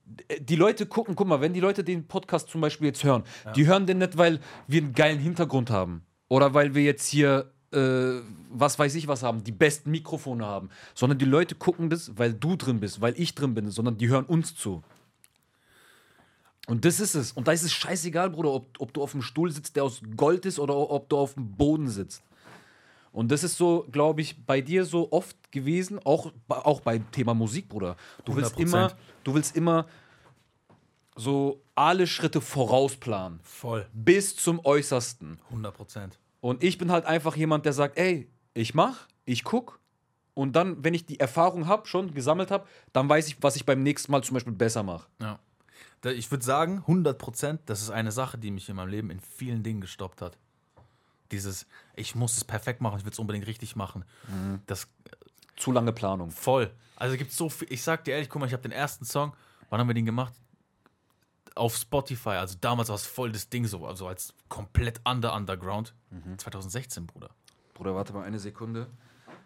d- Die Leute gucken, guck mal, wenn die Leute den Podcast zum Beispiel jetzt hören, die hören den nicht, weil wir einen geilen Hintergrund haben. Oder weil wir jetzt hier, äh, was weiß ich was haben, die besten Mikrofone haben. Sondern die Leute gucken das, weil du drin bist, weil ich drin bin, sondern die hören uns zu. Und das ist es. Und da ist es scheißegal, Bruder, ob, ob du auf dem Stuhl sitzt, der aus Gold ist, oder ob du auf dem Boden sitzt. Und das ist so, glaube ich, bei dir so oft gewesen, auch, bei- auch beim Thema Musik, Bruder. Du willst
100%.
immer, du willst immer so alle Schritte vorausplanen.
Voll.
Bis zum Äußersten.
100 Prozent.
Und ich bin halt einfach jemand, der sagt, ey, ich mach, ich guck. Und dann, wenn ich die Erfahrung habe, schon gesammelt habe, dann weiß ich, was ich beim nächsten Mal zum Beispiel besser mache.
Ja. Da- Ich würde sagen, 100 Prozent, das ist eine Sache, die mich in meinem Leben in vielen Dingen gestoppt hat. Dieses, ich muss es perfekt machen, ich will es unbedingt richtig machen. Das
Zu lange Planung.
voll. Also gibt so viel. Ich sag dir ehrlich, guck mal, ich habe den ersten Song, wann haben wir den gemacht? Auf Spotify, also damals war es voll das Ding so, also als komplett under Underground. 2016, Bruder.
Bruder, warte mal eine Sekunde.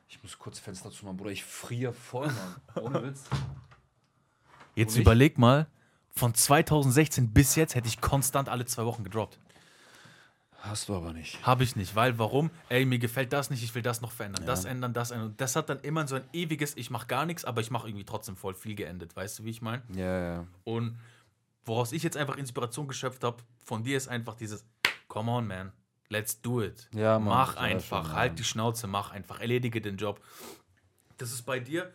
Ich muss kurz Fenster zumachen, Bruder. Ich friere voll, Mann. Ohne Witz.
Jetzt
Und ich?
überleg mal, von 2016 bis jetzt hätte ich konstant alle zwei Wochen gedroppt.
Hast du aber nicht.
Habe ich nicht, weil warum? Ey, mir gefällt das nicht, ich will das noch verändern, das ändern, das ändern. Und das hat dann immer so ein ewiges, ich mache gar nichts, aber ich mache irgendwie trotzdem voll viel geendet, weißt du, wie ich meine?
Ja, ja.
Und woraus ich jetzt einfach Inspiration geschöpft habe, von dir ist einfach dieses, come on, man, let's do it.
Ja, Mann,
mach
ich weiß
einfach,
schon, Mann.
halt die Schnauze, mach einfach, erledige den Job. Das ist bei dir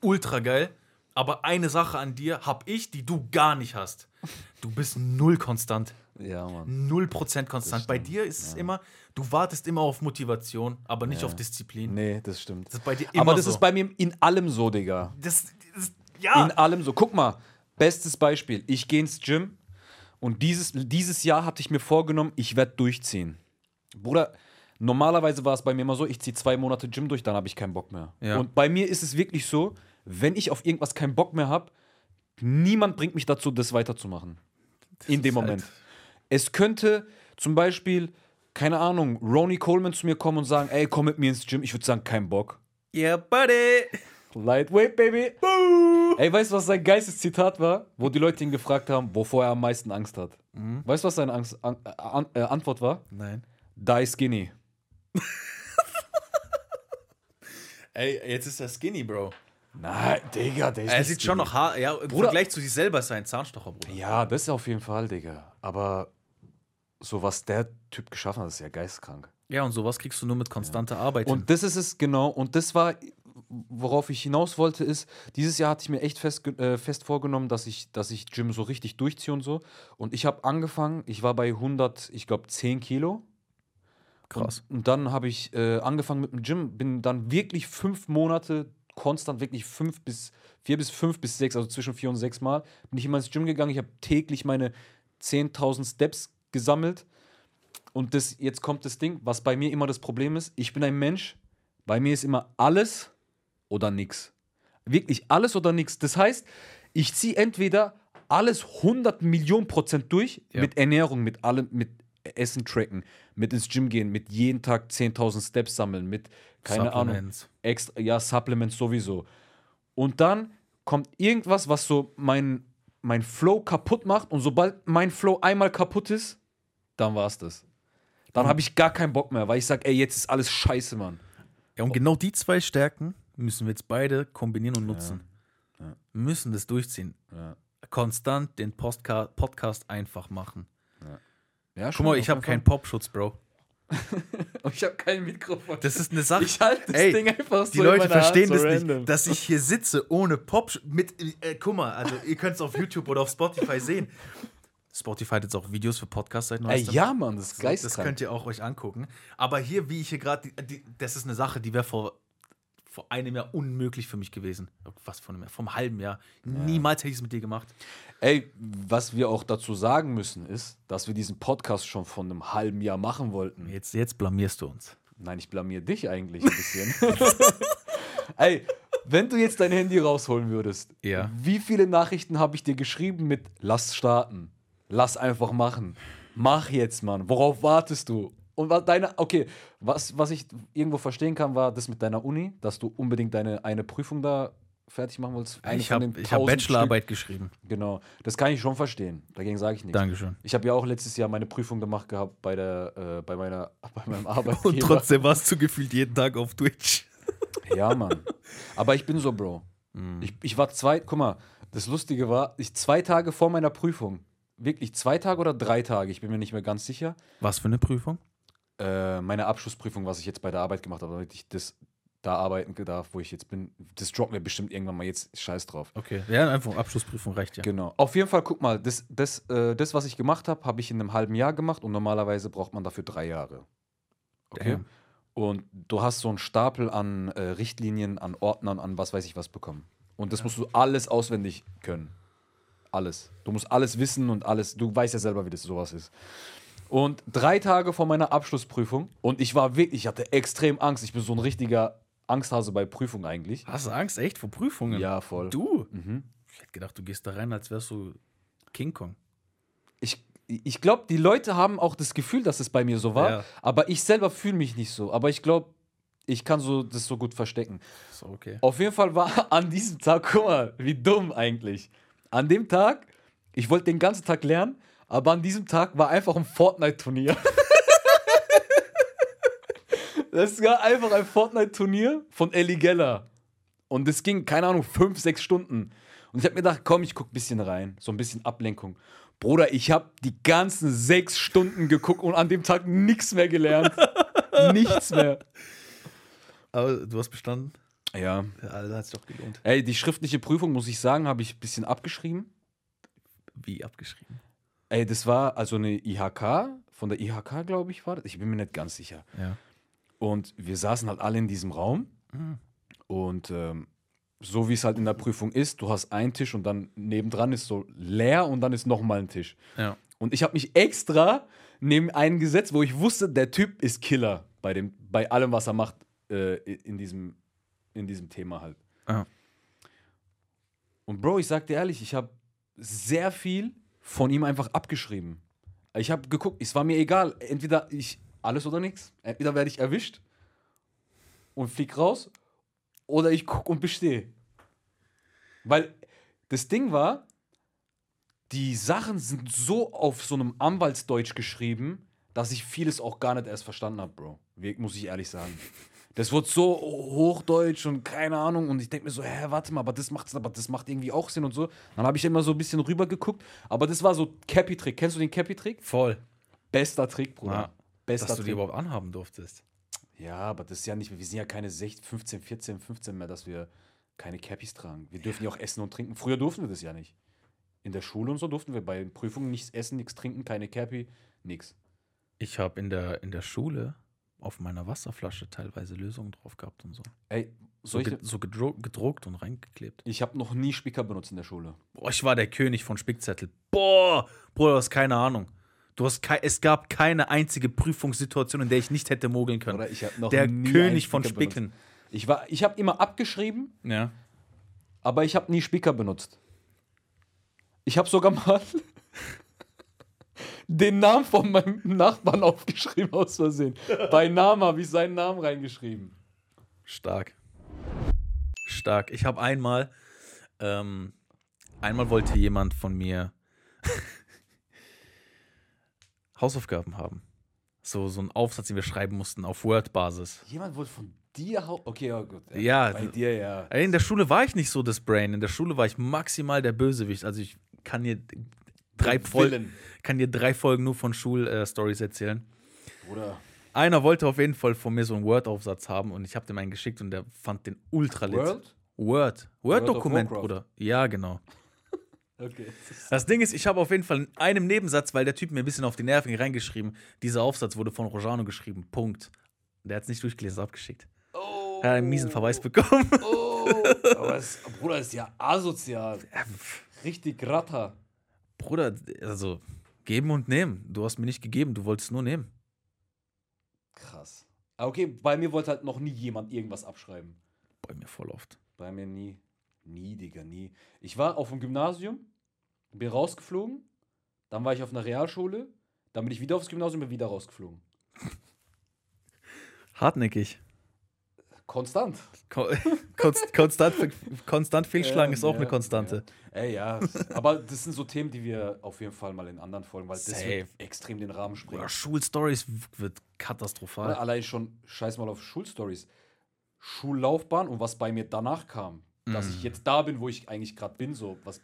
ultra geil, aber eine Sache an dir habe ich, die du gar nicht hast. Du bist null konstant.
Ja, Mann.
0% konstant. Bei dir ist es immer, du wartest immer auf Motivation, aber nicht auf Disziplin.
Nee, das stimmt.
Das ist bei dir immer
aber das
so.
ist bei mir in allem so, Digga.
das, das, ja.
In allem so. Guck mal, bestes Beispiel. Ich gehe ins Gym und dieses, dieses Jahr hatte ich mir vorgenommen, ich werde durchziehen. Bruder, normalerweise war es bei mir immer so, ich ziehe zwei Monate Gym durch, dann habe ich keinen Bock mehr.
Ja.
Und bei mir ist es wirklich so, wenn ich auf irgendwas keinen Bock mehr habe, niemand bringt mich dazu, das weiterzumachen. in dem
ist halt-
Moment. Es könnte zum Beispiel, keine Ahnung, Ronnie Coleman zu mir kommen und sagen, ey, komm mit mir ins Gym. Ich würde sagen, kein Bock.
yeah, buddy.
Lightweight, Baby. Ey, weißt du, was sein geistes Zitat war? Wo die Leute ihn gefragt haben, wovor er am meisten Angst hat.
Mhm.
Weißt du, was seine Angst, an, äh, an, äh, Antwort war?
Nein.
Die skinny.
Ey, jetzt ist er skinny, Bro.
Nein, Digga, der ist
Er
nicht
sieht
skinny.
schon noch hart. Ja, im
Bruder.
Vergleich zu sich selber ist er ein Zahnstocher, Bruder.
Ja, das ist auf jeden Fall, Digga. Aber so was der Typ geschaffen hat, ist ja geistkrank.
Ja, und sowas kriegst du nur mit konstanter Arbeit. hin.
Und das ist es genau. Und das war, worauf ich hinaus wollte, ist, dieses Jahr hatte ich mir echt fest, äh, fest vorgenommen, dass ich, dass ich Gym so richtig durchziehe und so. Und ich habe angefangen, ich war bei 100, ich glaube 10 Kilo.
krass.
Und dann habe ich äh, angefangen mit dem Gym, bin dann wirklich fünf Monate konstant, wirklich fünf bis vier bis fünf bis sechs, also zwischen vier und sechs Mal, bin ich immer ins Gym gegangen. Ich habe täglich meine 10.000 Steps gesammelt. Und das, jetzt kommt das Ding, was bei mir immer das Problem ist. Ich bin ein Mensch, bei mir ist immer alles oder nix. Wirklich alles oder nix. Das heißt, ich ziehe entweder alles 100 Millionen Prozent durch
Ja.
mit Ernährung, mit allem, mit Essen tracken, mit ins Gym gehen, mit jeden Tag 10.000 Steps sammeln, mit keine Ahnung,
Supplements.
extra, ja, Supplements sowieso. Und dann kommt irgendwas, was so mein, mein Flow kaputt macht. Und sobald mein Flow einmal kaputt ist, dann war's das. Dann habe ich gar keinen Bock mehr, weil ich sage, ey, jetzt ist alles scheiße, Mann.
Ja, und genau die zwei Stärken müssen wir jetzt beide kombinieren und nutzen. Müssen das durchziehen.
Ja.
Konstant den Postka Podcast einfach machen.
Ja,
Guck mal, ich habe keinen Popschutz, Bro.
ich habe kein Mikrofon.
Das ist eine Sache.
ich halte das
Ey,
Ding einfach so
Die
in
Leute
meiner Hand,
verstehen
so
das
random.
nicht, dass ich hier sitze ohne Pop mit äh, guck mal, also ihr könnt es auf YouTube oder auf Spotify sehen. Spotify hat jetzt auch Videos für Podcasts seit
Ey,
neuestem.
ja, Mann, das ist
So, das
geisteskrank.
könnt ihr auch euch angucken. Aber hier, wie ich hier gerade, die- die- das ist eine Sache, die wäre vor, vor einem Jahr unmöglich für mich gewesen. Was von einem Jahr? Vom halben Jahr. Niemals hätte ich es mit dir gemacht.
Ey, was wir auch dazu sagen müssen, ist, dass wir diesen Podcast schon vor einem halben Jahr machen wollten.
Jetzt, jetzt blamierst du uns.
Nein, ich blamier dich eigentlich ein bisschen. Ey, wenn du jetzt dein Handy rausholen würdest,
Ja.
wie viele Nachrichten habe ich dir geschrieben mit lass starten, lass einfach machen, mach jetzt, Mann, worauf wartest du? Und was deine, okay, was, was ich irgendwo verstehen kann, war das mit deiner Uni, dass du unbedingt deine eine Prüfung da fertig machen wolltest. Eine
ich
von
habe
den
hab
1000
Bachelorarbeit geschrieben.
Stück. Genau, das kann ich schon verstehen, dagegen sage ich nichts.
Dankeschön.
Ich habe ja auch letztes Jahr meine Prüfung gemacht gehabt bei, der, äh, bei, meiner, bei meinem Arbeitgeber.
Und trotzdem warst du gefühlt jeden Tag auf Twitch.
Ja, Mann. Aber ich bin so, Bro. Ich, ich war zwei, guck mal, das Lustige war, ich zwei Tage vor meiner Prüfung, wirklich zwei Tage oder drei Tage, ich bin mir nicht mehr ganz sicher,
Was für eine Prüfung?
äh, meine Abschlussprüfung, was ich jetzt bei der Arbeit gemacht habe, damit ich das da arbeiten darf, wo ich jetzt bin, das droppt mir bestimmt irgendwann mal jetzt scheiß drauf.
Okay. Ja, einfach Abschlussprüfung reicht ja.
Genau. Auf jeden Fall, guck mal, das, das, äh, das was ich gemacht habe, habe ich in einem halben Jahr gemacht und normalerweise braucht man dafür drei Jahre. Okay.
Damn.
Und du hast so einen Stapel an äh, Richtlinien, an Ordnern, an was weiß ich was bekommen. Und das musst du alles auswendig können. Alles. Du musst alles wissen und alles. Du weißt ja selber, wie das sowas ist. Und drei Tage vor meiner Abschlussprüfung und ich war wirklich, ich hatte extrem Angst. Ich bin so ein richtiger Angsthase bei Prüfungen eigentlich.
Hast du Angst echt vor Prüfungen?
Ja, voll.
Du?
Mhm.
Ich hätte gedacht, du gehst da rein, als wärst du King Kong.
ich, ich glaube, die Leute haben auch das Gefühl, dass es bei mir so war,
Ja.
aber ich selber fühle mich nicht so. Aber ich glaube, ich kann so, das so gut verstecken.
So, okay.
Auf jeden Fall war an diesem Tag, guck mal, wie dumm eigentlich. An dem Tag, ich wollte den ganzen Tag lernen, aber an diesem Tag war einfach ein Fortnite-Turnier. Das war einfach ein Fortnite-Turnier von Ellie Geller. Und es ging, keine Ahnung, fünf, sechs Stunden. Und ich habe mir gedacht, komm, ich guck ein bisschen rein. So ein bisschen Ablenkung. Bruder, ich habe die ganzen sechs Stunden geguckt und an dem Tag nichts mehr gelernt. nichts mehr.
Aber du hast bestanden?
Ja,
Ja, also hat es doch gelohnt.
Ey, die schriftliche Prüfung, muss ich sagen, habe ich ein bisschen abgeschrieben.
Wie abgeschrieben?
Ey, das war also eine IHK, von der IHK, glaube ich, war das. Ich bin mir nicht ganz sicher.
Ja.
Und wir saßen halt alle in diesem Raum.
Mhm.
Und ähm, so wie es halt in der Prüfung ist, du hast einen Tisch und dann nebendran ist so leer und dann ist nochmal ein Tisch.
Ja.
Und ich habe mich extra neben einen gesetzt, wo ich wusste, der Typ ist Killer bei, dem, bei allem, was er macht äh, in, diesem, in diesem Thema halt.
Ja.
Und Bro, ich sag dir ehrlich, ich habe sehr viel von ihm einfach abgeschrieben. Ich habe geguckt, es war mir egal. Entweder ich alles oder nichts. Entweder werde ich erwischt und flieg raus oder ich guck und bestehe. Weil das Ding war, die Sachen sind so auf so einem Anwaltsdeutsch geschrieben, dass ich vieles auch gar nicht erst verstanden habe, Bro. Wir- Muss ich ehrlich sagen. Das wird so hochdeutsch und keine Ahnung. Und ich denke mir so, hä, warte mal, aber das macht's, aber das macht irgendwie auch Sinn und so. Dann habe ich immer so ein bisschen rüber geguckt. Aber das war so Cappy-Trick. Kennst du den Cappy-Trick?
Voll.
Bester Trick, Bruder.
Ja.
Bester
Dass du die
Trick.
überhaupt anhaben durftest.
Ja, aber das ist ja nicht mehr, wir sind ja keine 16, 15, 14, 15 mehr, dass wir keine Cappies tragen. Wir dürfen ja auch essen und trinken. Früher durften wir das ja nicht. In der Schule und so durften wir bei den Prüfungen nichts essen, nichts trinken, keine Cappy, nichts.
Ich habe in der, in der Schule auf meiner Wasserflasche teilweise Lösungen drauf gehabt und so.
Ey,
So,
soll ich,
ge so gedro gedruckt und reingeklebt.
ich habe noch nie Spicker benutzt in der Schule.
Boah, ich war der König von Spickzettel. Boah, Bruder, du hast keine Ahnung. Du hast kei- es gab keine einzige Prüfungssituation, in der ich nicht hätte mogeln können.
Oder ich hab noch
der
nie
König
einen
von
Sticker benutzt.
Spicken.
Ich, war- ich habe immer abgeschrieben,
Ja.
aber ich habe nie Spicker benutzt. Ich habe sogar mal den Namen von meinem Nachbarn aufgeschrieben aus Versehen. Bei Namen habe ich seinen Namen reingeschrieben.
Stark. Stark. Ich habe einmal, ähm, einmal wollte jemand von mir Hausaufgaben haben. So, so einen Aufsatz, den wir schreiben mussten auf Word-Basis.
Jemand wollte von dir hau Okay, ja gut.
Ja,
bei dir ja.
Ey, In der Schule war ich nicht so das Brain. In der Schule war ich maximal der Bösewicht. Also ich kann dir drei, Fol
Willen.
kann dir drei Folgen nur von Schulstories erzählen.
Bruder.
Einer wollte auf jeden Fall von mir so einen Word-Aufsatz haben und ich habe dem einen geschickt und der fand den ultra lit.
World?
Word. Word-Dokument,
Warcraft.
Bruder. Ja, genau.
Okay.
Das Ding ist, ich habe auf jeden Fall in einem Nebensatz, weil der Typ mir ein bisschen auf die Nerven ging, reingeschrieben, dieser Aufsatz wurde von Rojano geschrieben. Punkt. Der hat es nicht durchgelesen, abgeschickt.
Oh.
Er hat einen miesen Verweis bekommen.
Oh. Aber es, Bruder ist ja asozial. Richtig ratter.
Bruder, also geben und nehmen. Du hast mir nicht gegeben, du wolltest nur nehmen.
Krass. Ah, Okay, bei mir wollte halt noch nie jemand irgendwas abschreiben.
Bei mir voll oft.
Bei mir nie. Nie, Digga, nie. Ich war auf dem Gymnasium, bin rausgeflogen, dann war ich auf einer Realschule, dann bin ich wieder aufs Gymnasium, bin wieder rausgeflogen.
Hartnäckig.
Konstant.
Kon- konst- Konstant, konstant fehlschlagen
Ja,
ist auch
ja,
eine Konstante.
Ja. Ey, ja. Aber das sind so Themen, die wir auf jeden Fall mal in anderen Folgen, weil das wird
Safe.
extrem den Rahmen sprengen.
Boah, Schulstories wird
Oder
katastrophal.
allein schon, scheiß mal auf Schulstories. Schullaufbahn und was bei mir danach kam, dass
Mhm.
ich jetzt da bin, wo ich eigentlich gerade bin, so was,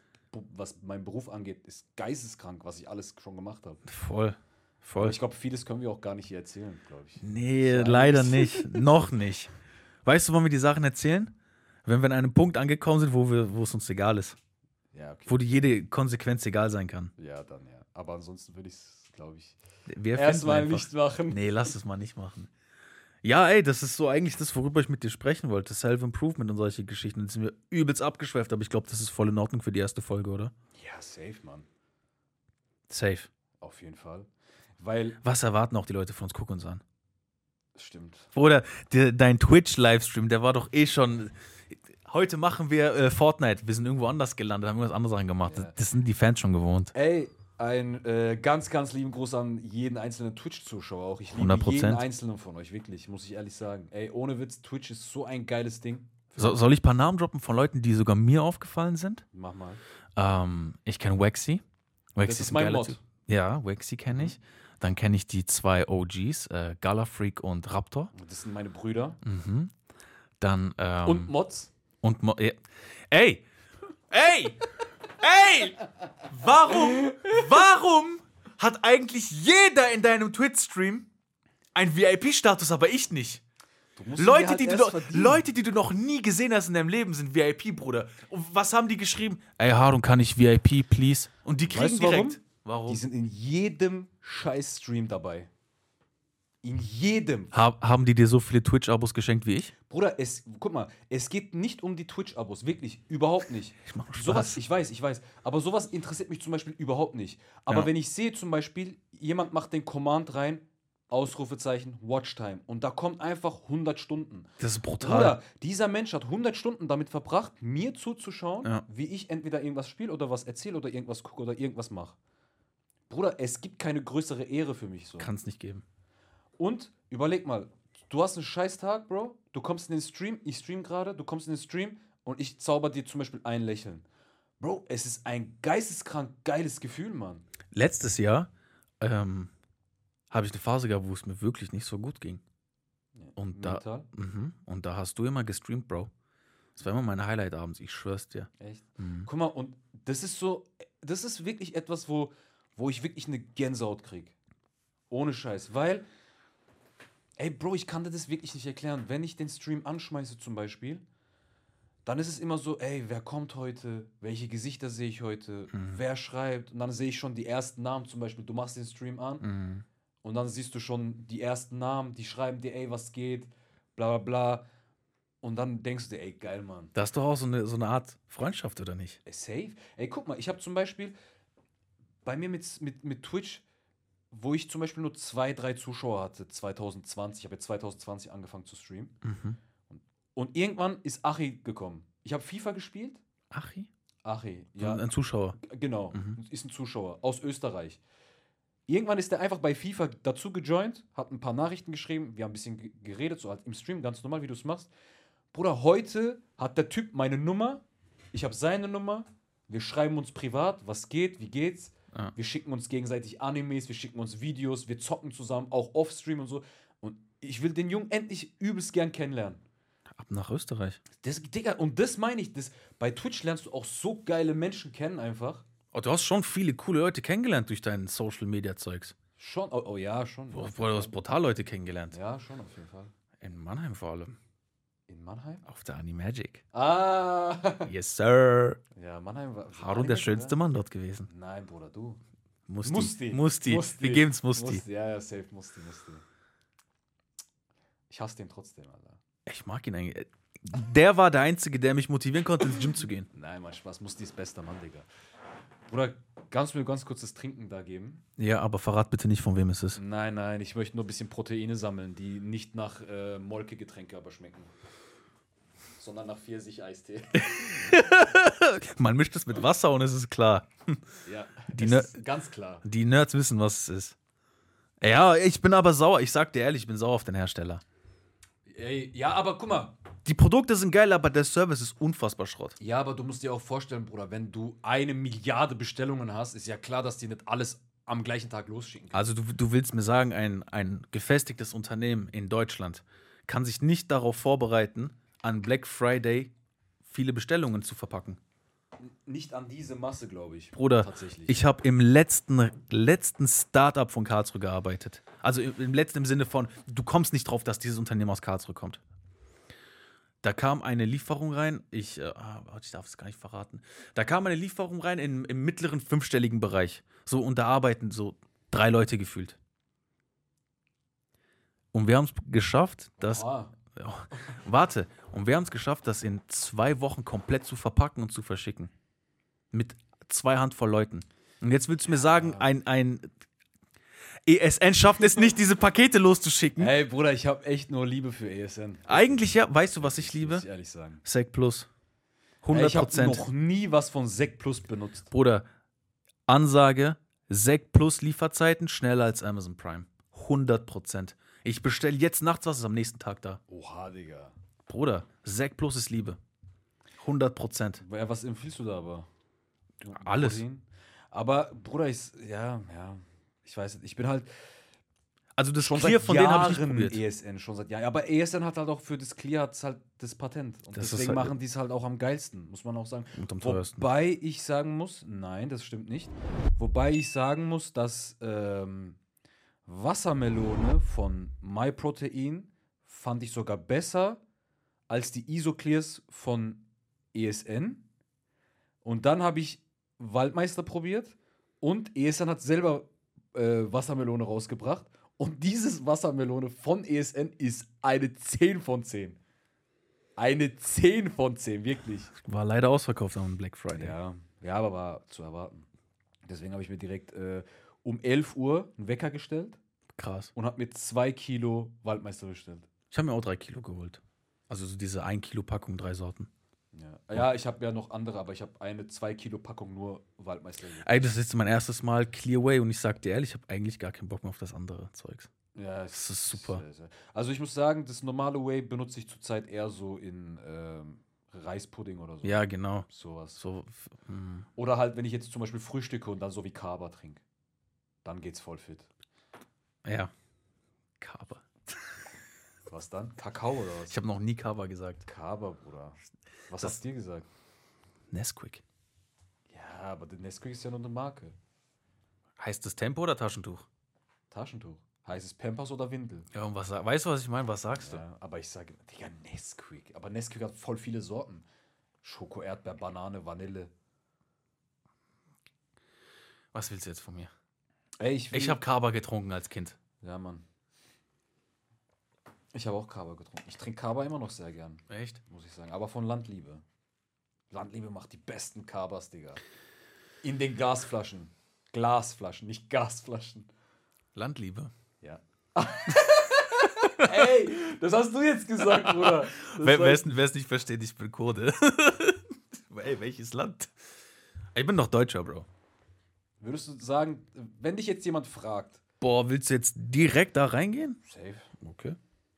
was meinen Beruf angeht, ist geisteskrank, was ich alles schon gemacht habe.
Voll. Voll.
Ich glaube, vieles können wir auch gar nicht hier erzählen, glaube ich.
Nee, leider nicht. Noch nicht. Weißt du, wann wir die Sachen erzählen? Wenn wir an einem Punkt angekommen sind, wo wir- wo es uns egal ist.
Ja, okay.
Wo dir jede Konsequenz egal sein kann.
Ja, dann ja. Aber ansonsten würde ich es, glaube ich,
Wir erfinden
erstmal
einfach.
nicht machen.
Nee, lass es mal nicht machen. Ja, ey, das ist so eigentlich das, worüber ich mit dir sprechen wollte. Self-Improvement und solche Geschichten. Jetzt sind wir übelst abgeschweift, aber ich glaube, das ist voll in Ordnung für die erste Folge, oder?
Ja, safe, Mann.
Safe.
Auf jeden Fall. Weil,
Was erwarten auch die Leute von uns? Guck uns an.
stimmt.
Oder de, dein Twitch-Livestream, der war doch eh schon. Heute machen wir äh, Fortnite. Wir sind irgendwo anders gelandet, haben irgendwas anderes angemacht.
Ja.
Das, das sind die Fans schon gewohnt.
Ey, ein äh, ganz, ganz lieben Gruß an jeden einzelnen Twitch-Zuschauer auch. Ich liebe
100%.
jeden einzelnen von euch, wirklich, muss ich ehrlich sagen. Ey, ohne Witz, Twitch ist so ein geiles Ding.
So, soll ich ein paar Namen droppen von Leuten, die sogar mir aufgefallen sind?
Mach mal.
Ähm, ich kenne Waxy. Waxy
Das ist
ein
mein
geiler
Mod. Mhm.
Typ. Ja, Waxy kenne ich. Dann kenne ich die zwei OGs, äh, Galafreak und Raptor.
Das sind meine Brüder.
Mhm. Dann. Ähm,
Und Mods.
Und Mo ja. Ey! Ey! Ey! Warum? Warum hat eigentlich jeder in deinem Twitch-Stream einen VIP-Status, aber ich nicht?
Du musst ihn dir
Leute
halt
die, du
erst
noch,
verdienen.
Leute, die du noch nie gesehen hast in deinem Leben, sind VIP, Bruder. Und was haben die geschrieben? Ey, Harun, kann ich VIP, please? Und die kriegen
Weißt du warum?
direkt. Warum?
Die sind in jedem Scheiß-Stream dabei. In jedem.
Hab- haben die dir so viele Twitch-Abos geschenkt wie ich?
Bruder, es, guck mal, es geht nicht um die Twitch-Abos, wirklich, überhaupt nicht.
Ich mach nur Spaß.
sowas, ich weiß, ich weiß, aber sowas interessiert mich zum Beispiel überhaupt nicht. Aber
Ja.
wenn ich sehe zum Beispiel, jemand macht den Command rein, Ausrufezeichen, Watchtime und da kommt einfach 100 Stunden.
Das ist brutal.
Bruder, dieser Mensch hat 100 Stunden damit verbracht, mir zuzuschauen,
Ja.
wie ich entweder irgendwas spiele oder was erzähle oder irgendwas gucke oder irgendwas mache. Bruder, es gibt keine größere Ehre für mich so.
Kann es nicht geben.
Und überleg mal, du hast einen scheiß Tag, Bro. Du kommst in den Stream, ich stream gerade, du kommst in den Stream und ich zauber dir zum Beispiel ein Lächeln. Bro, es ist ein geisteskrank geiles Gefühl, Mann.
letztes Jahr ähm, habe ich eine Phase gehabt, wo es mir wirklich nicht so gut ging. Und da-
Mental?
Mhm. Und da hast du immer gestreamt, Bro. Das war immer mein Highlight abends, ich schwör's dir.
Echt? Guck mal, und das ist so, das ist wirklich etwas, wo, wo ich wirklich eine Gänsehaut krieg. Ohne Scheiß. Weil, ey, Bro, ich kann dir das wirklich nicht erklären. Wenn ich den Stream anschmeiße zum Beispiel, dann ist es immer so, ey, wer kommt heute? Welche Gesichter sehe ich heute? Wer schreibt? Und dann sehe ich schon die ersten Namen zum Beispiel. Du machst den Stream an
Mhm.
und dann siehst du schon die ersten Namen, die schreiben dir, ey, was geht? Bla, bla, bla. Und dann denkst du dir, ey, geil, Mann.
Das ist doch auch so eine, so eine Art Freundschaft, oder nicht?
Safe? Ey, guck mal, ich habe zum Beispiel bei mir mit, mit, mit Twitch, wo ich zum Beispiel nur zwei, drei Zuschauer hatte, 2020, ich habe ja 2020 angefangen zu streamen.
Mhm.
Und, und irgendwann ist Achi gekommen. Ich habe FIFA gespielt.
Achi?
Achi,
Ja.
ja,
Ein Zuschauer.
genau, ist ein Zuschauer aus Österreich. Irgendwann ist er einfach bei FIFA dazu gejoint, hat ein paar Nachrichten geschrieben, wir haben ein bisschen ge- geredet, so halt im Stream, ganz normal, wie du es machst. Bruder, heute hat der Typ meine Nummer, ich habe seine Nummer, wir schreiben uns privat, was geht, wie geht's.
Ja.
Wir schicken uns gegenseitig Animes, wir schicken uns Videos, wir zocken zusammen, auch off-stream und so. Und ich will den Jungen endlich übelst gern kennenlernen.
Ab nach Österreich.
Das, Digga, und das meine ich, das, bei Twitch lernst du auch so geile Menschen kennen einfach.
Oh, du hast schon viele coole Leute kennengelernt durch deinen Social Media Zeugs.
Schon, oh, oh ja, schon.
Boah, Bruder, du hast brutal Leute kennengelernt.
Ja, schon auf jeden Fall.
In Mannheim vor allem.
In Mannheim?
Auf der Animagic.
Ah!
Yes, Sir.
Ja, Mannheim war.
Harun, der schönste Mann dort gewesen.
Mann. Nein, Bruder, du.
Musti.
Musti.
Musti.
Musti.
Wir geben's Musti.
Ja, ja, safe, Musti, Musti. Ich hasse den trotzdem, Alter.
Ich mag ihn eigentlich. Der war der Einzige, der mich motivieren konnte, ins Gym zu gehen.
Nein, mein Spaß, Musti ist bester Mann, Digga. Bruder, kannst du mir ganz kurz das Trinken da geben?
Ja, aber verrat bitte nicht, von wem es ist.
Nein, nein, ich möchte nur ein bisschen Proteine sammeln, die nicht nach äh, Molke-Getränke aber schmecken. Sondern nach Pfirsich-Eistee.
Man mischt es mit Wasser und es ist klar.
ja,
Die
es
ne-
ist ganz klar.
Die Nerds wissen, was es ist. Ja, ich bin aber sauer. Ich sag dir ehrlich, ich bin sauer auf den Hersteller.
Ey, ja, aber guck mal,
Die Produkte sind geil, aber der Service ist unfassbar Schrott.
Ja, aber du musst dir auch vorstellen, Bruder, wenn du eine Milliarde Bestellungen hast, ist ja klar, dass die nicht alles am gleichen Tag losschicken können.
Also du, du willst mir sagen, ein, ein gefestigtes Unternehmen in Deutschland kann sich nicht darauf vorbereiten, an Black Friday viele Bestellungen zu verpacken.
Nicht an diese Masse, glaube ich.
Bruder,
tatsächlich.
ich habe im letzten, letzten Startup von Karlsruhe gearbeitet. Also im, im letzten im Sinne von, du kommst nicht drauf, dass dieses Unternehmen aus Karlsruhe kommt. Da kam eine Lieferung rein, ich, äh, ah, warte, ich darf es gar nicht verraten. Da kam eine Lieferung rein in, im mittleren fünfstelligen Bereich. So, und da arbeiten so drei Leute gefühlt. Und wir haben es geschafft, dass
Oha.
Warte, und wir haben es geschafft, das in zwei Wochen komplett zu verpacken und zu verschicken. Mit zwei Handvoll Leuten. Und jetzt willst du mir sagen, ein, ein ESN schafft es nicht, diese Pakete loszuschicken.
Ey, Bruder, ich habe echt nur Liebe für E ESN.
Eigentlich ja, weißt du, was ich
Muss
liebe?
ich ehrlich sagen.
Sec Plus.
Ey, ich habe
100%.
noch nie was von Sek Plus benutzt.
Bruder, Ansage, Sec Plus Lieferzeiten schneller als Amazon Prime. 100%. Ich bestelle jetzt nachts was, ist am nächsten Tag da.
Oha, Digga.
Bruder, Sec Plus ist Liebe. 100%.
Ja, Was empfiehlst du da aber? Du-
Alles.
Protein? Aber, Bruder, ich, ja, ja, ich weiß nicht. Ich bin halt,
Also das
Schon
Clear
seit
von denen habe
Jahren
ich nicht probiert.
ESN, schon seit Jahren. Aber ESN hat halt auch für das Clear hat's halt das Patent. Und
Das ist
deswegen
halt-
machen die es halt auch am geilsten, muss man auch sagen.
Und am teuersten.
Wobei ich sagen muss, nein, das stimmt nicht. Wobei ich sagen muss, dass ähm, Wassermelone von MyProtein fand ich sogar besser als die Isoclears von ESN. Und dann habe ich Waldmeister probiert und ESN hat selber äh, Wassermelone rausgebracht. Und dieses Wassermelone von ESN ist eine 10 von 10. Eine 10 von 10, wirklich.
War leider ausverkauft am Black Friday.
Ja, ja aber war zu erwarten. Deswegen habe ich mir direkt äh, um 11 Uhr einen Wecker gestellt
Krass.
und habe mir 2 Kilo Waldmeister bestellt.
Ich habe mir auch drei Kilo geholt. Also so diese 1 Kilo Packung, drei Sorten.
Ja, ja ich habe ja noch andere, aber ich habe eine 2 Kilo Packung nur Waldmeister. geholt.
Ey, das ist jetzt mein erstes Mal Clearway und ich sag dir ehrlich, ich habe eigentlich gar keinen Bock mehr auf das andere Zeugs.
Ja,
Das ist super.
sehr, sehr- Also ich muss sagen, das normale Whey benutze ich zurzeit eher so in ähm, Reispudding oder so.
Ja, genau.
Sowas.
So, f- hm.
Oder halt, wenn ich jetzt zum Beispiel frühstücke und dann so wie Kaba trinke. Dann geht's voll fit.
ja. Kaba.
Was dann? Kakao oder was?
Ich habe noch nie Kaba gesagt.
Kaba, Bruder. Was
Das-
hast du dir gesagt?
Nesquik.
Ja, aber der Nesquik ist ja nur eine Marke.
Heißt das Tempo oder Taschentuch?
Taschentuch. Heißt es Pampers oder Windel?
Ja, und was, sa- weißt du, was ich meine? Was sagst du?
Ja, aber ich sage, Digga, Nesquik. Aber Nesquik hat voll viele Sorten. Schoko, Erdbeer, Banane, Vanille.
Was willst du jetzt von mir?
Ey, ich, will-
Ich habe Kaba getrunken als Kind.
Ja, Mann. Ich habe auch Kaba getrunken. Ich trinke Kaba immer noch sehr gern,
Echt?
muss ich sagen. Aber von Landliebe. Landliebe macht die besten Kabas, Digga. In den Gasflaschen. Glasflaschen, nicht Gasflaschen.
Landliebe.
Ja. Ey, das hast du jetzt gesagt, Bruder. Das
Wer
war-
es nicht versteht, ich bin Kurde. Ey, welches Land? Ich bin doch Deutscher, Bro.
Würdest du sagen, wenn dich jetzt jemand fragt,
Boah, willst du jetzt direkt da reingehen?
safe.
Okay.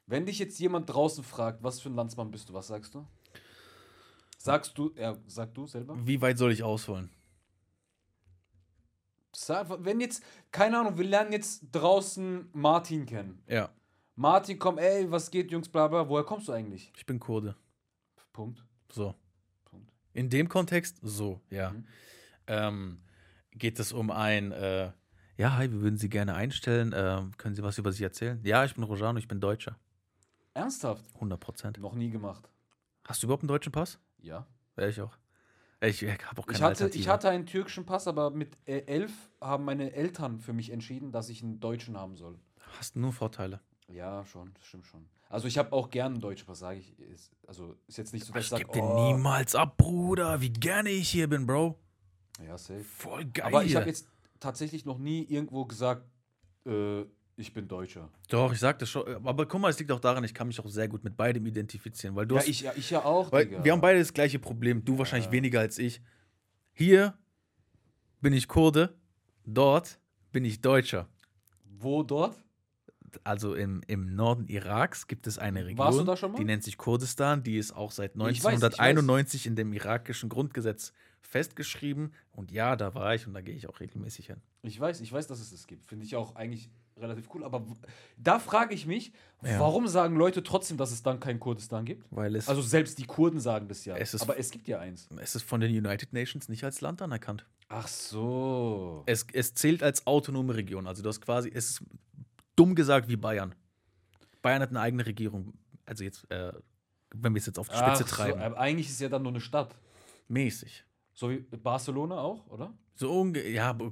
Wenn dich jetzt jemand draußen fragt, was für ein Landsmann bist du, was sagst du? Sagst du, ja, sag du selber?
Wie weit soll ich ausholen?
Sag- Wenn jetzt, keine Ahnung, wir lernen jetzt draußen Martin kennen.
Ja,
Martin, komm, ey, was geht, Jungs, bla bla, woher kommst du eigentlich?
ich bin Kurde.
Punkt.
So.
Punkt.
In dem Kontext, so, ja.
Mhm.
Ähm, geht es um ein, äh, ja, hi, wir würden Sie gerne einstellen. Ähm, können Sie was über sich erzählen? Ja, ich bin Rojano, ich bin Deutscher.
Ernsthaft?
100 Prozent.
Noch nie gemacht.
Hast du überhaupt einen deutschen Pass?
Ja.
Ja, ich auch. Ich, ich habe auch keine
Ich hatte,
Alternative.
ich hatte einen türkischen Pass, aber mit äh, elf haben meine Eltern für mich entschieden, dass ich einen deutschen haben soll.
Hast nur Vorteile.
Ja, schon, das stimmt schon. Also ich habe auch gern einen deutschen Pass, sage ich. Ist, also ist jetzt nicht so, dass ich oh,
Ich
sage,
geb dir niemals ab, Bruder. Wie gerne ich hier bin, Bro.
ja, safe.
Voll geil.
Aber ich
hier.
habe jetzt tatsächlich noch nie irgendwo gesagt, äh, ich bin Deutscher.
Doch, ich sag das schon. Aber guck mal, es liegt auch daran, ich kann mich auch sehr gut mit beidem identifizieren. Weil du
Ja
hast,
ich, ja, ich ja auch,
weil
Digga.
wir haben beide das gleiche Problem. Du wahrscheinlich weniger als ich. Hier bin ich Kurde, dort bin ich Deutscher.
Wo dort?
Also im, im Norden Iraks gibt es eine Region,
Warst du da schon mal?
die nennt sich Kurdistan, die ist auch seit
weiß, ich weiß.
1991 in dem irakischen Grundgesetz festgeschrieben. Und ja, da war ich und da gehe ich auch regelmäßig hin.
Ich weiß, ich weiß, dass es das gibt. Finde ich auch eigentlich relativ cool. Aber w- da frage ich mich,
Ja.
warum sagen Leute trotzdem, dass es dann kein Kurdistan gibt?
Weil es,
Also selbst die Kurden sagen das ja.
Es ist-
aber es gibt ja eins.
es ist von den United Nations nicht als Land anerkannt.
Ach so.
Es, es zählt als autonome Region. Also du hast quasi, es ist dumm gesagt wie Bayern. Bayern hat eine eigene Regierung. Also jetzt, äh, wenn wir es jetzt auf die Spitze
Ach
treiben.
So, aber eigentlich ist es ja dann nur eine Stadt.
Mäßig.
So wie Barcelona auch, oder?
So unge ja, aber-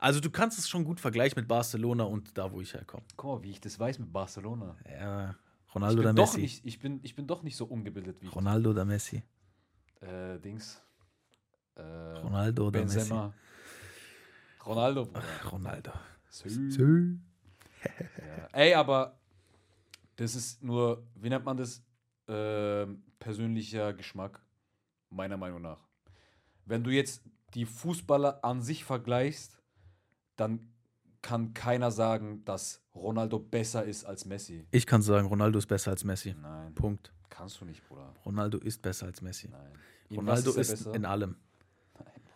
also du kannst es schon gut vergleichen mit Barcelona und da, wo ich herkomme.
Guck mal, wie ich das weiß mit Barcelona.
Ja,
Ich
Ronaldo oder
bin, doch
Messi?
nicht, ich, bin, ich bin doch nicht so ungebildet wie
Ronaldo oder Messi?
ich. Äh, Dings. Äh,
Ronaldo oder
Benzema. Ronaldo, Bruder.
Messi? Ronaldo.
Sü. Ja. Ey, aber das ist nur, wie nennt man das? Ähm, persönlicher Geschmack, meiner Meinung nach. Wenn du jetzt die Fußballer an sich vergleichst, dann kann keiner sagen, dass Ronaldo besser ist als Messi.
Ich kann sagen, Ronaldo ist besser als Messi.
Nein,
Punkt.
kannst du nicht, Bruder.
Ronaldo ist besser als Messi.
Nein. In was
Ronaldo
er
ist,
besser?
in allem.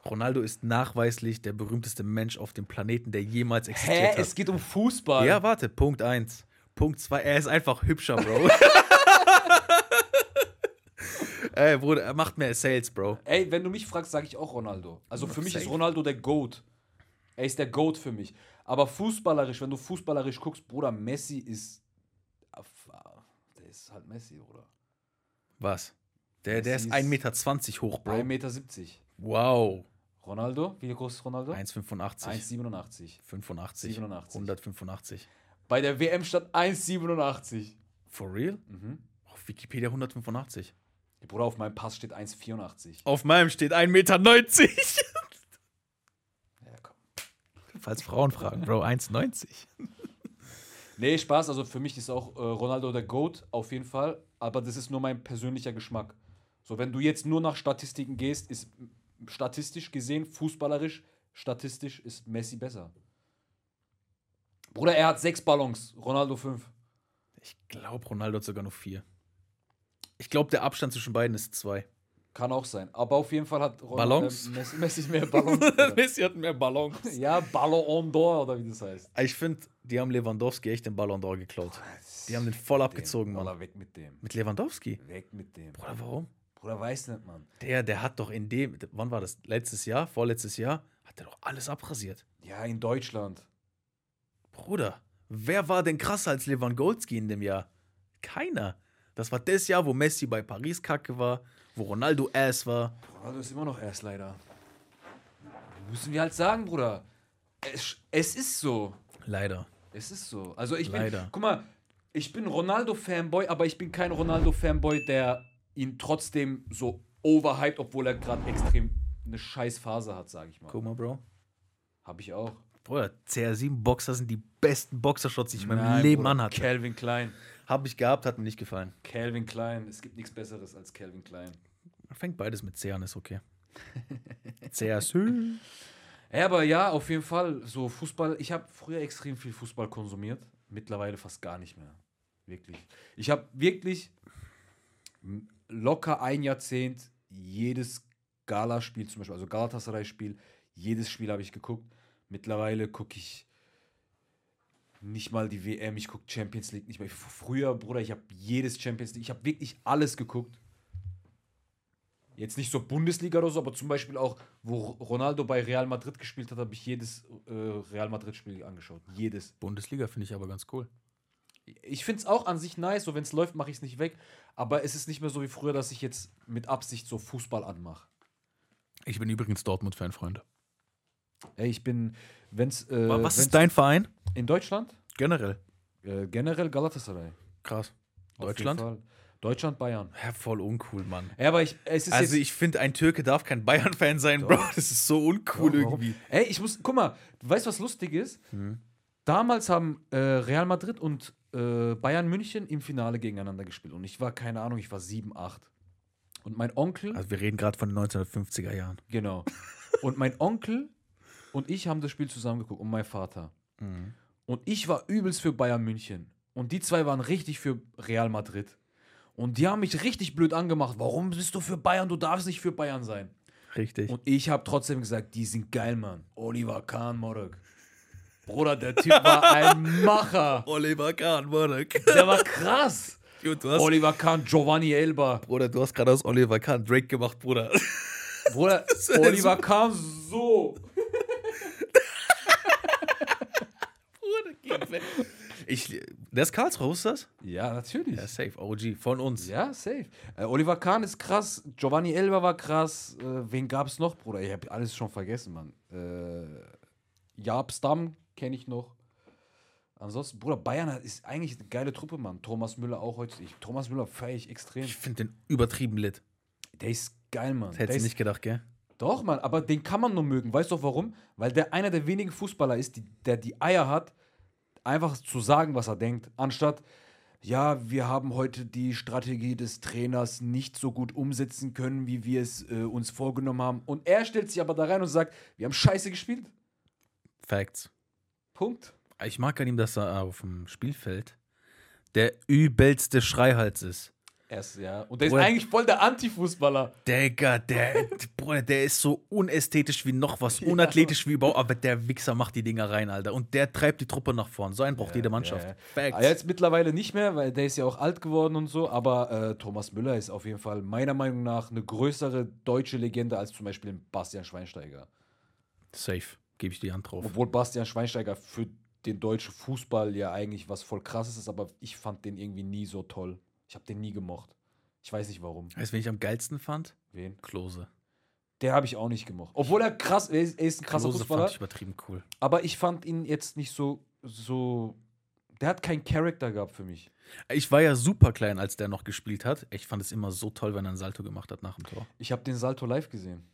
Ronaldo ist nachweislich der berühmteste Mensch auf dem Planeten, der jemals
Hä?
existiert
Es geht um Fußball.
hat. Ja, warte, Punkt 1. Punkt 2, er ist einfach hübscher, Bro. Ey, Bruder, er macht mehr Sales, Bro.
Ey, wenn du mich fragst, sage ich auch Ronaldo. Also für mich ist
Safe.
Ronaldo der Goat. Er ist der Goat für mich. Aber fußballerisch, wenn du fußballerisch guckst, Bruder, Messi ist. Der ist halt Messi, oder?
Was? Der, der
Messi
ist
ist-
1,20 Meter hoch, Bro.
1,70 Meter.
Wow.
Ronaldo? Wie groß ist Ronaldo?
1,85.
1,87.
85.
87.
185.
Bei der WM stand 1,87.
For real?
Mhm.
Auf Wikipedia 185.
Bruder, auf meinem Pass steht 1,84.
Auf meinem steht 1,90 Meter.
Ja, komm.
Falls Frauen fragen, Bro, 1,90.
Nee, Spaß. Also für mich ist auch äh, Ronaldo der Goat, auf jeden Fall. Aber das ist nur mein persönlicher Geschmack. So, wenn du jetzt nur nach Statistiken gehst, ist m- statistisch gesehen, fußballerisch, statistisch ist Messi besser. Bruder, er hat sechs Ballons, Ronaldo fünf.
Ich glaube, Ronaldo hat sogar nur vier. Ich glaube, der Abstand zwischen beiden ist zwei.
Kann auch sein. Aber auf jeden Fall hat Ronaldo,
Ballons?
Äh, Messi, Messi mehr Ballons. Bruder.
Messi hat mehr Ballon.
ja, Ballon d'Or oder wie das heißt.
Ah, Ich finde, die haben Lewandowski echt den Ballon d'Or geklaut. Die haben den voll abgezogen, Mann.
Oder weg mit dem.
Mit Lewandowski?
Weg mit dem.
Bruder, warum?
Bruder, weiß nicht, Mann.
Der, der hat doch in dem, wann war das? Letztes Jahr, vorletztes Jahr, hat er doch alles abrasiert.
Ja, in Deutschland.
Bruder, wer war denn krasser als Lewandowski in dem Jahr? Keiner. Das war das Jahr, wo Messi bei Paris kacke war, wo Ronaldo ass war.
Ronaldo Ah, ist immer noch erst leider. Müssen wir halt sagen, Bruder. Es, es ist so.
Leider.
Es ist so. Also ich bin.
Leider.
Guck mal, ich bin Ronaldo-Fanboy, aber ich bin kein Ronaldo-Fanboy, der ihn trotzdem so overhyped, obwohl er gerade extrem eine scheiß Phase hat, sag ich mal.
Guck mal, Bro.
Hab ich auch.
Bruder, CR7-Boxer sind die besten Boxershorts, die ich in meinem
Nein,
Leben
Bruder,
anhatte.
Calvin Klein.
Habe ich gehabt, hat mir nicht gefallen.
Calvin Klein. Es gibt nichts Besseres als Calvin Klein.
Fängt beides mit C an, ist okay. CR ist schön.
Ja, aber ja, auf jeden Fall. So Fußball. Ich habe früher extrem viel Fußball konsumiert. Mittlerweile fast gar nicht mehr. Wirklich. Ich habe wirklich m- locker ein Jahrzehnt jedes Galaspiel zum Beispiel, also Galatasaray-Spiel, jedes Spiel habe ich geguckt. Mittlerweile gucke ich nicht mal die WM, ich gucke Champions League nicht mehr. F- Früher, Bruder, ich habe jedes Champions League, ich habe wirklich alles geguckt. Jetzt nicht so Bundesliga oder so, aber zum Beispiel auch, wo Ronaldo bei Real Madrid gespielt hat, habe ich jedes äh, Real Madrid-Spiel angeschaut. Jedes.
Bundesliga finde ich aber ganz cool.
Ich finde es auch an sich nice, so wenn es läuft, mache ich es nicht weg. Aber es ist nicht mehr so wie früher, dass ich jetzt mit Absicht so Fußball anmache.
Ich bin übrigens Dortmund-Fan, Freunde.
Ey, ich bin, wenn's, äh,
Äh, Was
wenn's
ist dein Verein?
in Deutschland
Generell.
äh, generell Galatasaray.
Krass.
Auf
Deutschland?
jeden Fall. Deutschland, Bayern.
Ja, voll uncool, Mann.
Ja, aber ich, es ist
Also
jetzt,
ich finde, ein Türke darf kein Bayern-Fan sein, Bro. Das ist so uncool
Warum?
irgendwie.
Ey, ich muss, guck mal, du weißt was lustig ist? Damals haben äh, Real Madrid und äh, Bayern München im Finale gegeneinander gespielt. Und ich war, keine Ahnung, ich war 7, 8. Und mein Onkel.
Also wir reden gerade von den 1950er Jahren.
Genau. Und mein Onkel und ich haben das Spiel zusammengeguckt und mein Vater. Und ich war übelst für Bayern München. Und die zwei waren richtig für Real Madrid. Und die haben mich richtig blöd angemacht. Warum bist du für Bayern? Du darfst nicht für Bayern sein.
Richtig.
Und ich habe trotzdem gesagt, die sind geil, Mann. Oliver Kahn, Morok. Bruder, der Typ war ein Macher.
Oliver Kahn, Monik.
Der war krass.
Gut, du hast,
Oliver Kahn, Giovanni Elba.
Bruder, du hast gerade aus Oliver Kahn Drake gemacht, Bruder.
Bruder,
ist
Oliver Kahn so.
Bruder, geht weg. Ich, der ist Karlsruhe, wusstest du das?
Ja, natürlich.
Ja, safe. OG, von uns.
Ja, safe. Äh, Oliver Kahn ist krass, Giovanni Elber war krass. Äh, wen gab's noch, Bruder? Ich habe alles schon vergessen, Mann. Äh, Jaap Stamm kenne ich noch. Ansonsten, Bruder, Bayern hat- ist eigentlich eine geile Truppe, Mann. Thomas Müller auch heute. Ich, Thomas Müller feiere ich extrem.
Ich finde den übertrieben lit.
Der ist geil, Mann.
Das
Der
hätte ich
ist,
nicht gedacht, gell?
Doch, Mann, aber den kann man nur mögen. Weißt du auch warum? Weil der einer der wenigen Fußballer ist, die, der die Eier hat, einfach zu sagen, was er denkt, anstatt, ja, wir haben heute die Strategie des Trainers nicht so gut umsetzen können, wie wir es äh, uns vorgenommen haben. Und er stellt sich aber da rein und sagt, wir haben scheiße gespielt.
Facts.
Punkt.
Ich mag an ihm, dass er auf dem Spielfeld der übelste Schreihals ist.
Erst, ja. Und der ist
Oder-
eigentlich voll der Anti-Fußballer.
Digga, der, Bruder, der ist so unästhetisch wie noch was, unathletisch wie überhaupt, aber der Wichser macht die Dinger rein, Alter. Und der treibt die Truppe nach vorn. So einen braucht jede Mannschaft.
Ja, ja.
Facts.
Ah, Jetzt mittlerweile nicht mehr, weil der ist ja auch alt geworden und so, aber äh, Thomas Müller ist auf jeden Fall meiner Meinung nach eine größere deutsche Legende als zum Beispiel Bastian Schweinsteiger.
Safe. Gebe ich die Hand drauf.
Obwohl Bastian Schweinsteiger für den deutschen Fußball ja eigentlich was voll krasses ist, aber ich fand den irgendwie nie so toll. Ich habe den nie gemocht. Ich weiß nicht warum.
Weißt du, wen ich am geilsten fand?
Wen?
Klose.
Der habe ich auch nicht gemocht. Obwohl er krass, er ist, er ist ein krasser
Klose
Fußballer,
fand ich übertrieben cool.
aber ich fand ihn jetzt nicht so, so. Der hat keinen Charakter gehabt für mich.
Ich war ja super klein, als der noch gespielt hat. Ich fand es immer so toll, wenn er einen Salto gemacht hat nach dem Tor.
Ich habe den Salto live gesehen.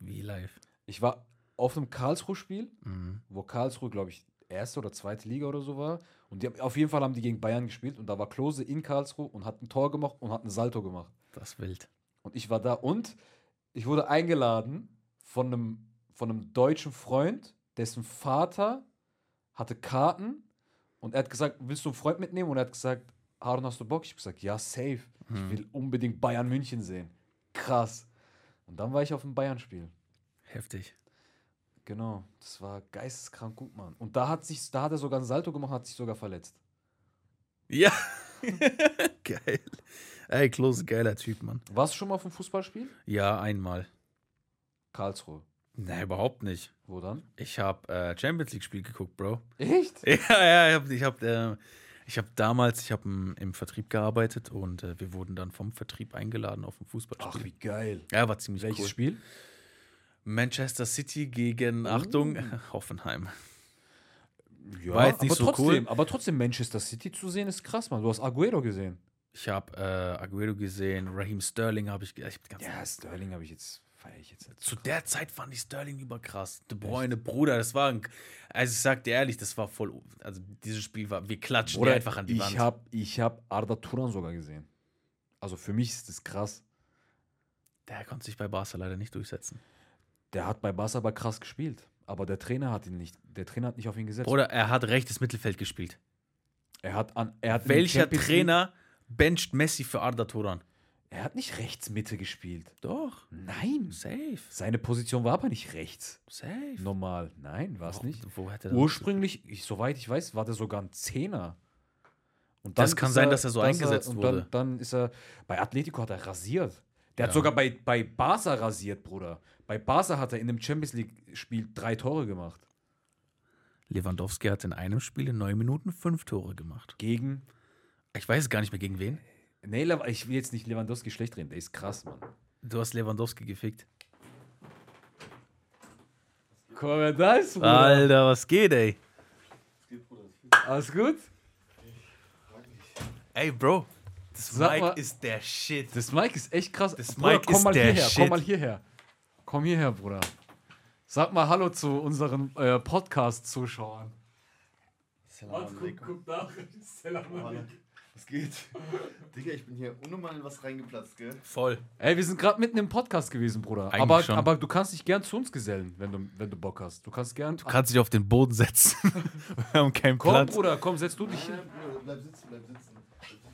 Wie live.
Ich war auf einem Karlsruhe-Spiel,
Mhm.
wo Karlsruhe, glaube ich, erste oder zweite Liga oder so war. Und die, haben- auf jeden Fall haben die gegen Bayern gespielt. Und da war Klose in Karlsruhe und hat ein Tor gemacht und hat einen Salto gemacht.
Das ist wild.
Und ich war da und ich wurde eingeladen von einem, von einem deutschen Freund, dessen Vater hatte Karten und er hat gesagt, willst du einen Freund mitnehmen? Und er hat gesagt, Harun, hast du Bock? Ich habe gesagt, ja, safe. Ich will unbedingt Bayern München sehen. Krass. Und dann war ich auf dem Bayern-Spiel.
Heftig.
Genau, das war geisteskrank gut, Mann. Und da hat sich, da hat er sogar einen Salto gemacht, hat sich sogar verletzt.
Ja. Geil. Ey, Klose, geiler Typ, Mann.
Warst du schon mal auf einem Fußballspiel?
Ja, einmal.
Karlsruhe.
Nee, überhaupt nicht.
Wo dann?
Ich habe äh, Champions League Spiel geguckt, Bro.
Echt?
Ja, ja, ich habe ich hab, äh, ich hab damals, ich habe im, im Vertrieb gearbeitet und äh, wir wurden dann vom Vertrieb eingeladen auf ein
Ach,
Fußballspiel.
wie geil.
ja, war ziemlich
Welches
cool.
Spiel?
Manchester City gegen, Achtung,
Oh.
Hoffenheim.
Ja,
War jetzt nicht
aber,
so
trotzdem,
cool.
aber trotzdem Manchester City zu sehen ist krass, Mann. Du hast Aguero gesehen.
Ich habe äh, Aguero gesehen, Raheem Sterling habe ich, ge- ich hab die ganze
Sterling habe ich jetzt feiere ich jetzt nicht.
Zu der Zeit fand ich Sterling überkrass. De Bruyne, Bruder, das war ein. Also, ich sag dir ehrlich, das war voll. Also, dieses Spiel war. Wir klatschen die
Oder
einfach an die
ich
Wand.
Hab, ich habe Arda Turan sogar gesehen. Also für mich ist das krass.
der konnte sich bei Barca leider nicht durchsetzen.
Der hat bei Barca aber krass gespielt. Aber der Trainer hat ihn nicht. Der Trainer hat nicht auf ihn gesetzt.
Oder er hat rechtes Mittelfeld gespielt.
er hat an. Er hat in der
Welcher
Champions
Trainer bencht Messi für Arda Turan?
League, er hat nicht rechts Mitte gespielt.
Doch.
Nein.
Safe.
Seine Position war aber nicht rechts.
Safe.
Normal. Nein, war es
Warum-
nicht.
Wo hätte er
Ursprünglich, ich, soweit ich weiß, war der sogar ein Zehner. Und
Das
dann
kann
ist
sein, dass er so eingesetzt
und
wurde.
Dann, dann ist er. Bei Atletico hat er rasiert. Der hat
Ja.
sogar bei, bei Barca rasiert, Bruder. Bei Barca hat er in dem Champions League-Spiel drei Tore gemacht.
Lewandowski hat in einem Spiel in neun Minuten fünf Tore gemacht.
Gegen
Ich weiß gar nicht mehr gegen wen.
Nee, Lew- ich will jetzt nicht Lewandowski schlecht reden, der ist krass, Mann.
Du hast Lewandowski gefickt.
Guck mal, wer da ist,
Alter, was geht, ey?
Alles gut?
Ey, Bro, das
Sag
Mike
mal-
ist der Shit.
Das Mike ist echt krass.
Das
Bruder,
Mike
komm
ist
mal
der
hierher,
Shit.
komm mal hierher. Komm hierher, Bruder. Sag mal Hallo zu unseren äh, Podcast-Zuschauern.
Salam alaikum.
nach.
Was geht? Digga, ich bin hier unnormal in was reingeplatzt, gell?
Voll.
Ey, wir sind gerade mitten im Podcast gewesen, Bruder.
Eigentlich
Aber,
schon.
aber du kannst dich gern zu uns gesellen, wenn du, wenn du Bock hast. Du kannst gern. Ah,
Du kannst dich auf den Boden setzen. Wir haben keinen
komm,
Platz.
Bruder, komm, setz du dich hin.
Nein, Bruder, bleib sitzen, bleib sitzen. Bleib sitzen.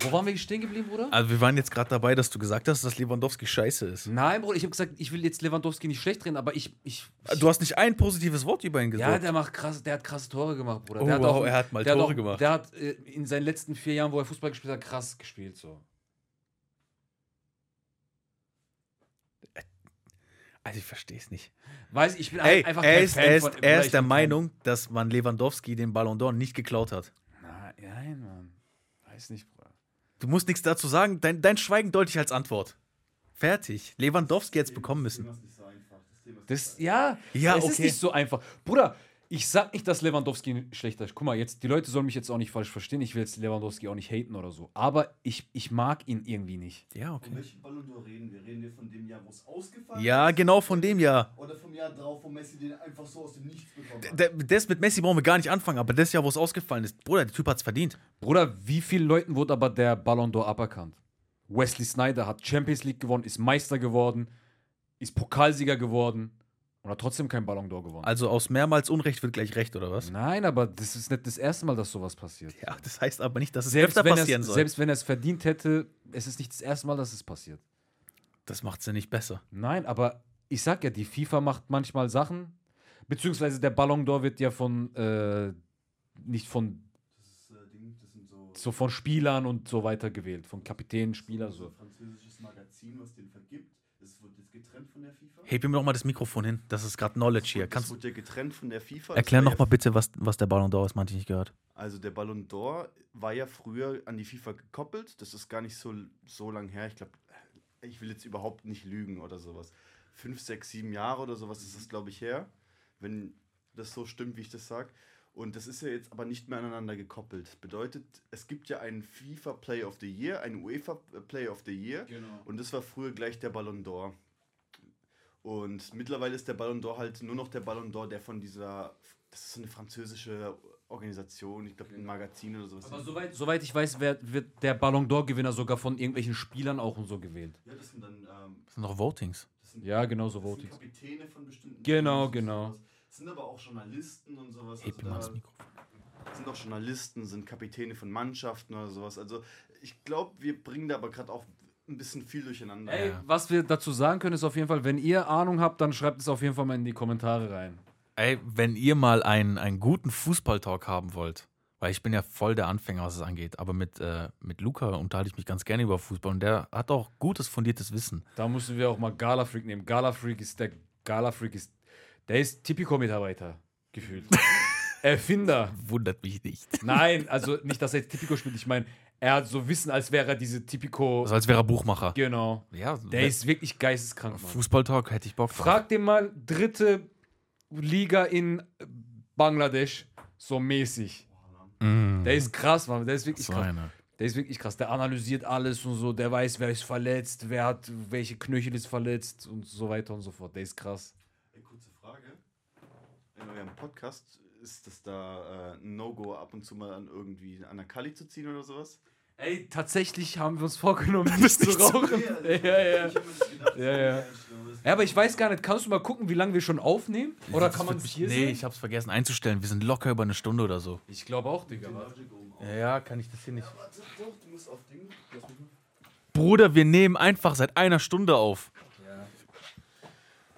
Wo waren wir stehen geblieben, Bruder?
Also, wir waren jetzt gerade dabei, dass du gesagt hast, dass Lewandowski scheiße ist.
Nein, Bruder, ich habe gesagt, ich will jetzt Lewandowski nicht schlecht reden, aber ich, ich,
Ah, Du hast nicht ein positives Wort über ihn gesagt.
Ja, der macht krass, der hat krasse Tore gemacht, Bruder.
Oh,
der
wow, er hat mal
der
Tore
auch,
gemacht.
Der hat äh, in seinen letzten vier Jahren, wo er Fußball gespielt hat, krass gespielt so.
also, ich verstehe es nicht.
Weiß ich bin
Ey,
ein- einfach
er
kein
ist,
Fan
er ist,
von,
er
Bruder, ich
ist der
bin kein-
Meinung, dass man Lewandowski den Ballon d'Or nicht geklaut hat.
Na, nein, Mann. Weiß nicht, Bruder.
Du musst nichts dazu sagen. Dein, dein Schweigen deute ich als Antwort. Fertig. Lewandowski jetzt bekommen müssen.
Das ist nicht so einfach. Das Thema ist
Das, ja,
Ja,
es ist
okay.
nicht so einfach. Bruder, ich sag nicht, dass Lewandowski schlechter ist. Guck mal, jetzt, die Leute sollen mich jetzt auch nicht falsch verstehen. Ich will jetzt Lewandowski auch nicht haten oder so. Aber ich, ich mag ihn irgendwie nicht.
Ja,
Von welchem Ballon d'Or reden wir? Reden wir von dem Jahr, wo es ausgefallen
Ja, genau von dem Jahr.
Oder vom Jahr drauf, wo Messi den einfach so aus dem Nichts bekommen hat?
D- Das mit Messi brauchen wir gar nicht anfangen, aber das Jahr, wo es ausgefallen ist, Bruder, der Typ hat's verdient.
Bruder, wie vielen Leuten wurde aber der Ballon d'Or aberkannt? Wesley Snyder hat Champions League gewonnen, ist Meister geworden, ist Pokalsieger geworden und hat trotzdem keinen Ballon d'Or gewonnen.
Also aus mehrmals Unrecht wird gleich Recht, oder was?
Nein, aber das ist nicht das erste Mal, dass sowas passiert.
Also- Ja, das heißt aber nicht, dass es
Selbst
öfter
wenn,
passieren
er's,
soll.
selbst wenn er es verdient hätte, es ist nicht das erste Mal, dass es passiert.
das macht's ja nicht besser.
Nein, aber ich sag ja, die FIFA macht manchmal Sachen, beziehungsweise der Ballon d'Or wird ja von äh, nicht von
Das ist äh, Ding, das sind so.
so von Spielern und so weiter gewählt, von Kapitänen, Spieler
so
so.
ein französisches Magazin, was den vergibt. Das wird jetzt getrennt von der FIFA.
Heb ihm doch mal das Mikrofon hin. Das ist gerade Knowledge hier.
das
Kannst,
wird ja getrennt von der FIFA.
erklär
Das war ja
nochmal bitte, was, was der Ballon d'Or ist, manche nicht gehört.
Also der Ballon d'Or war ja früher an die FIFA gekoppelt. Das ist gar nicht so, so lang her. Ich glaube, ich will jetzt überhaupt nicht lügen oder sowas. Fünf, sechs, sieben Jahre oder sowas ist
Mhm.
das, glaube ich, her. Wenn das so stimmt, wie ich das sage. Und das ist ja jetzt aber nicht mehr aneinander gekoppelt. Bedeutet, es gibt ja einen FIFA Play of the Year, einen UEFA Play of the Year.
Genau.
Und das war früher gleich der Ballon d'Or. Und mittlerweile ist der Ballon d'Or halt nur noch der Ballon d'Or, der von dieser, das ist so eine französische Organisation, ich glaube ein Magazin oder sowas.
Genau. Aber soweit, soweit ich weiß, wer, wird der Ballon d'Or-Gewinner sogar von irgendwelchen Spielern auch und so gewählt.
ja, das sind dann, ähm,
Das sind doch Votings.
das sind,
Ja, genau so
das sind
Votings.
Kapitäne von bestimmten
Genau,
Teams und
genau.
sowas. Das sind aber auch Journalisten und sowas.
Heb ihm mal das
Also da
Mikrofon.
sind auch Journalisten, sind Kapitäne von Mannschaften oder sowas. Also ich glaube, wir bringen da aber gerade auch ein bisschen viel durcheinander.
Ey, was wir dazu sagen können, ist auf jeden Fall, wenn ihr Ahnung habt, dann schreibt es auf jeden Fall mal in die Kommentare rein.
Ey, wenn ihr mal einen, einen guten Fußballtalk haben wollt, weil ich bin ja voll der Anfänger, was es angeht, aber mit, äh, mit Luca unterhalte ich mich ganz gerne über Fußball und der hat auch gutes, fundiertes Wissen.
Da müssen wir auch mal Gala Freak nehmen. Gala Freak ist der Gala Freak ist. Der ist Tipico-Mitarbeiter, gefühlt. Erfinder.
Wundert mich nicht.
Nein, also nicht, dass er jetzt Tipico spielt. Ich meine, er hat so Wissen, als wäre er diese Tipico.
Also als wäre er Buchmacher.
Genau.
Ja,
Der ist wirklich geisteskrank. Mann.
Fußballtalk hätte ich Bock drauf.
Frag den mal dritte Liga in Bangladesch, so mäßig. Der ist krass, Mann. Der ist wirklich
Mm, so
krass.
eine.
Der ist wirklich krass. Der analysiert alles und so. Der weiß, wer ist verletzt, wer hat welche Knöchel ist verletzt und so weiter und so fort. Der ist krass.
Ey, kurze Frage. In eurem Podcast ist das da äh, ein No-Go, ab und zu mal an irgendwie an der Kali zu ziehen oder sowas?
Ey, tatsächlich haben wir uns vorgenommen,
Das
nicht zu
nicht zu-
rauchen. Ja, ja. Ja, ja. Ja, aber ich weiß gar nicht, kannst du mal gucken, wie lange wir schon aufnehmen? Oder kann man es hier
nee,
sehen?
ich hab's vergessen einzustellen. Wir sind locker über eine Stunde oder so.
Ich glaube auch, Digga.
Ja, kann ich das hier nicht.
Warte, doch, du musst auf Ding. Lass mich mal.
Bruder, wir nehmen einfach seit einer Stunde auf.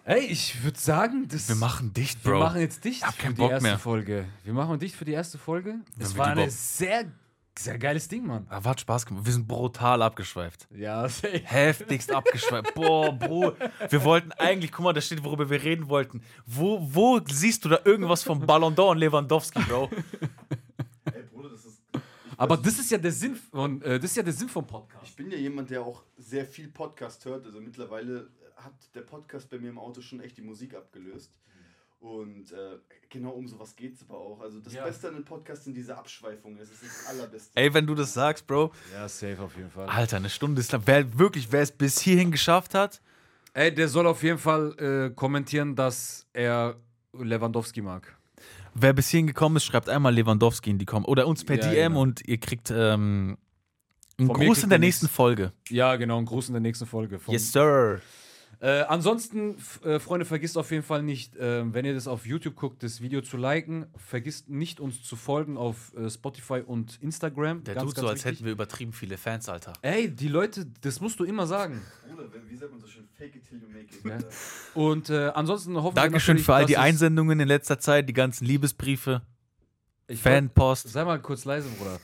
Ey, ich würde sagen, das
Wir machen dicht,
wir
Bro.
machen jetzt dicht
Ich hab
für
keinen
die
Bock
erste
mehr.
Folge. Wir machen dicht für die erste Folge. es
wir
war
die
ein
überhaupt-
sehr, sehr geiles Ding, Mann.
Aber Ah, hat Spaß gemacht. Wir sind brutal abgeschweift.
Ja, safe.
Heftigst abgeschweift. Boah, Bro. Wir wollten eigentlich, guck mal, da steht, worüber wir reden wollten. Wo, wo siehst du da irgendwas vom Ballon d'Or und Lewandowski, Bro?
Ey, Bruder, das ist.
Aber das ist ja der Sinn von, äh, das ist ja der Sinn vom Podcast.
Ich bin ja jemand, der auch sehr viel Podcast hört. Also mittlerweile hat der Podcast bei mir im Auto schon echt die Musik abgelöst. Und äh, genau um sowas geht es aber auch. Also das
Ja.
Beste an einem Podcast sind diese Abschweifungen. Es ist das Allerbeste.
Ey, wenn du das sagst, Bro.
Ja, safe auf jeden Fall.
Alter, eine Stunde ist lang. Wer, wirklich, wer es bis hierhin geschafft hat,
Ey, der soll auf jeden Fall äh, kommentieren, dass er Lewandowski mag.
wer bis hierhin gekommen ist, schreibt einmal Lewandowski in die Kommentare. Oder uns per
Ja,
DM
genau.
und ihr kriegt ähm, einen
Von mir
Gruß
kriegt
in der
ihr nichts.
nächsten Folge.
Ja, genau. Einen Gruß in der nächsten Folge. Vom,
Yes, sir.
Äh, ansonsten, f- äh, Freunde, vergisst auf jeden Fall nicht, ähm, wenn ihr das auf YouTube guckt, das Video zu liken. Vergisst nicht, uns zu folgen auf äh, Spotify und Instagram.
Der tut so, als hätten wir übertrieben viele Fans, Alter.
Ey, die Leute, das musst du immer sagen.
Bruder, wenn- wie sagt man so schön? Fake it till you make it.
Ja.
Alter.
Und äh, ansonsten hoffen
Dankeschön
wir natürlich,
für all
dass
die
es-
Einsendungen in letzter Zeit, die ganzen Liebesbriefe,
Ich wollt-
Fanpost.
Sei mal kurz leise, Bruder.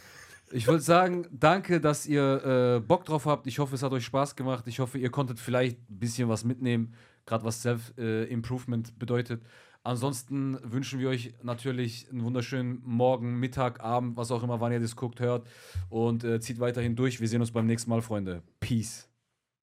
Ich würde sagen, danke, dass ihr äh, Bock drauf habt. Ich hoffe, es hat euch Spaß gemacht. Ich hoffe, ihr konntet vielleicht ein bisschen was mitnehmen, gerade was Self-Improvement bedeutet. Ansonsten wünschen wir euch natürlich einen wunderschönen Morgen, Mittag, Abend, was auch immer, wann ihr das guckt, hört. Und äh, zieht weiterhin durch. Wir sehen uns beim nächsten Mal, Freunde. Peace.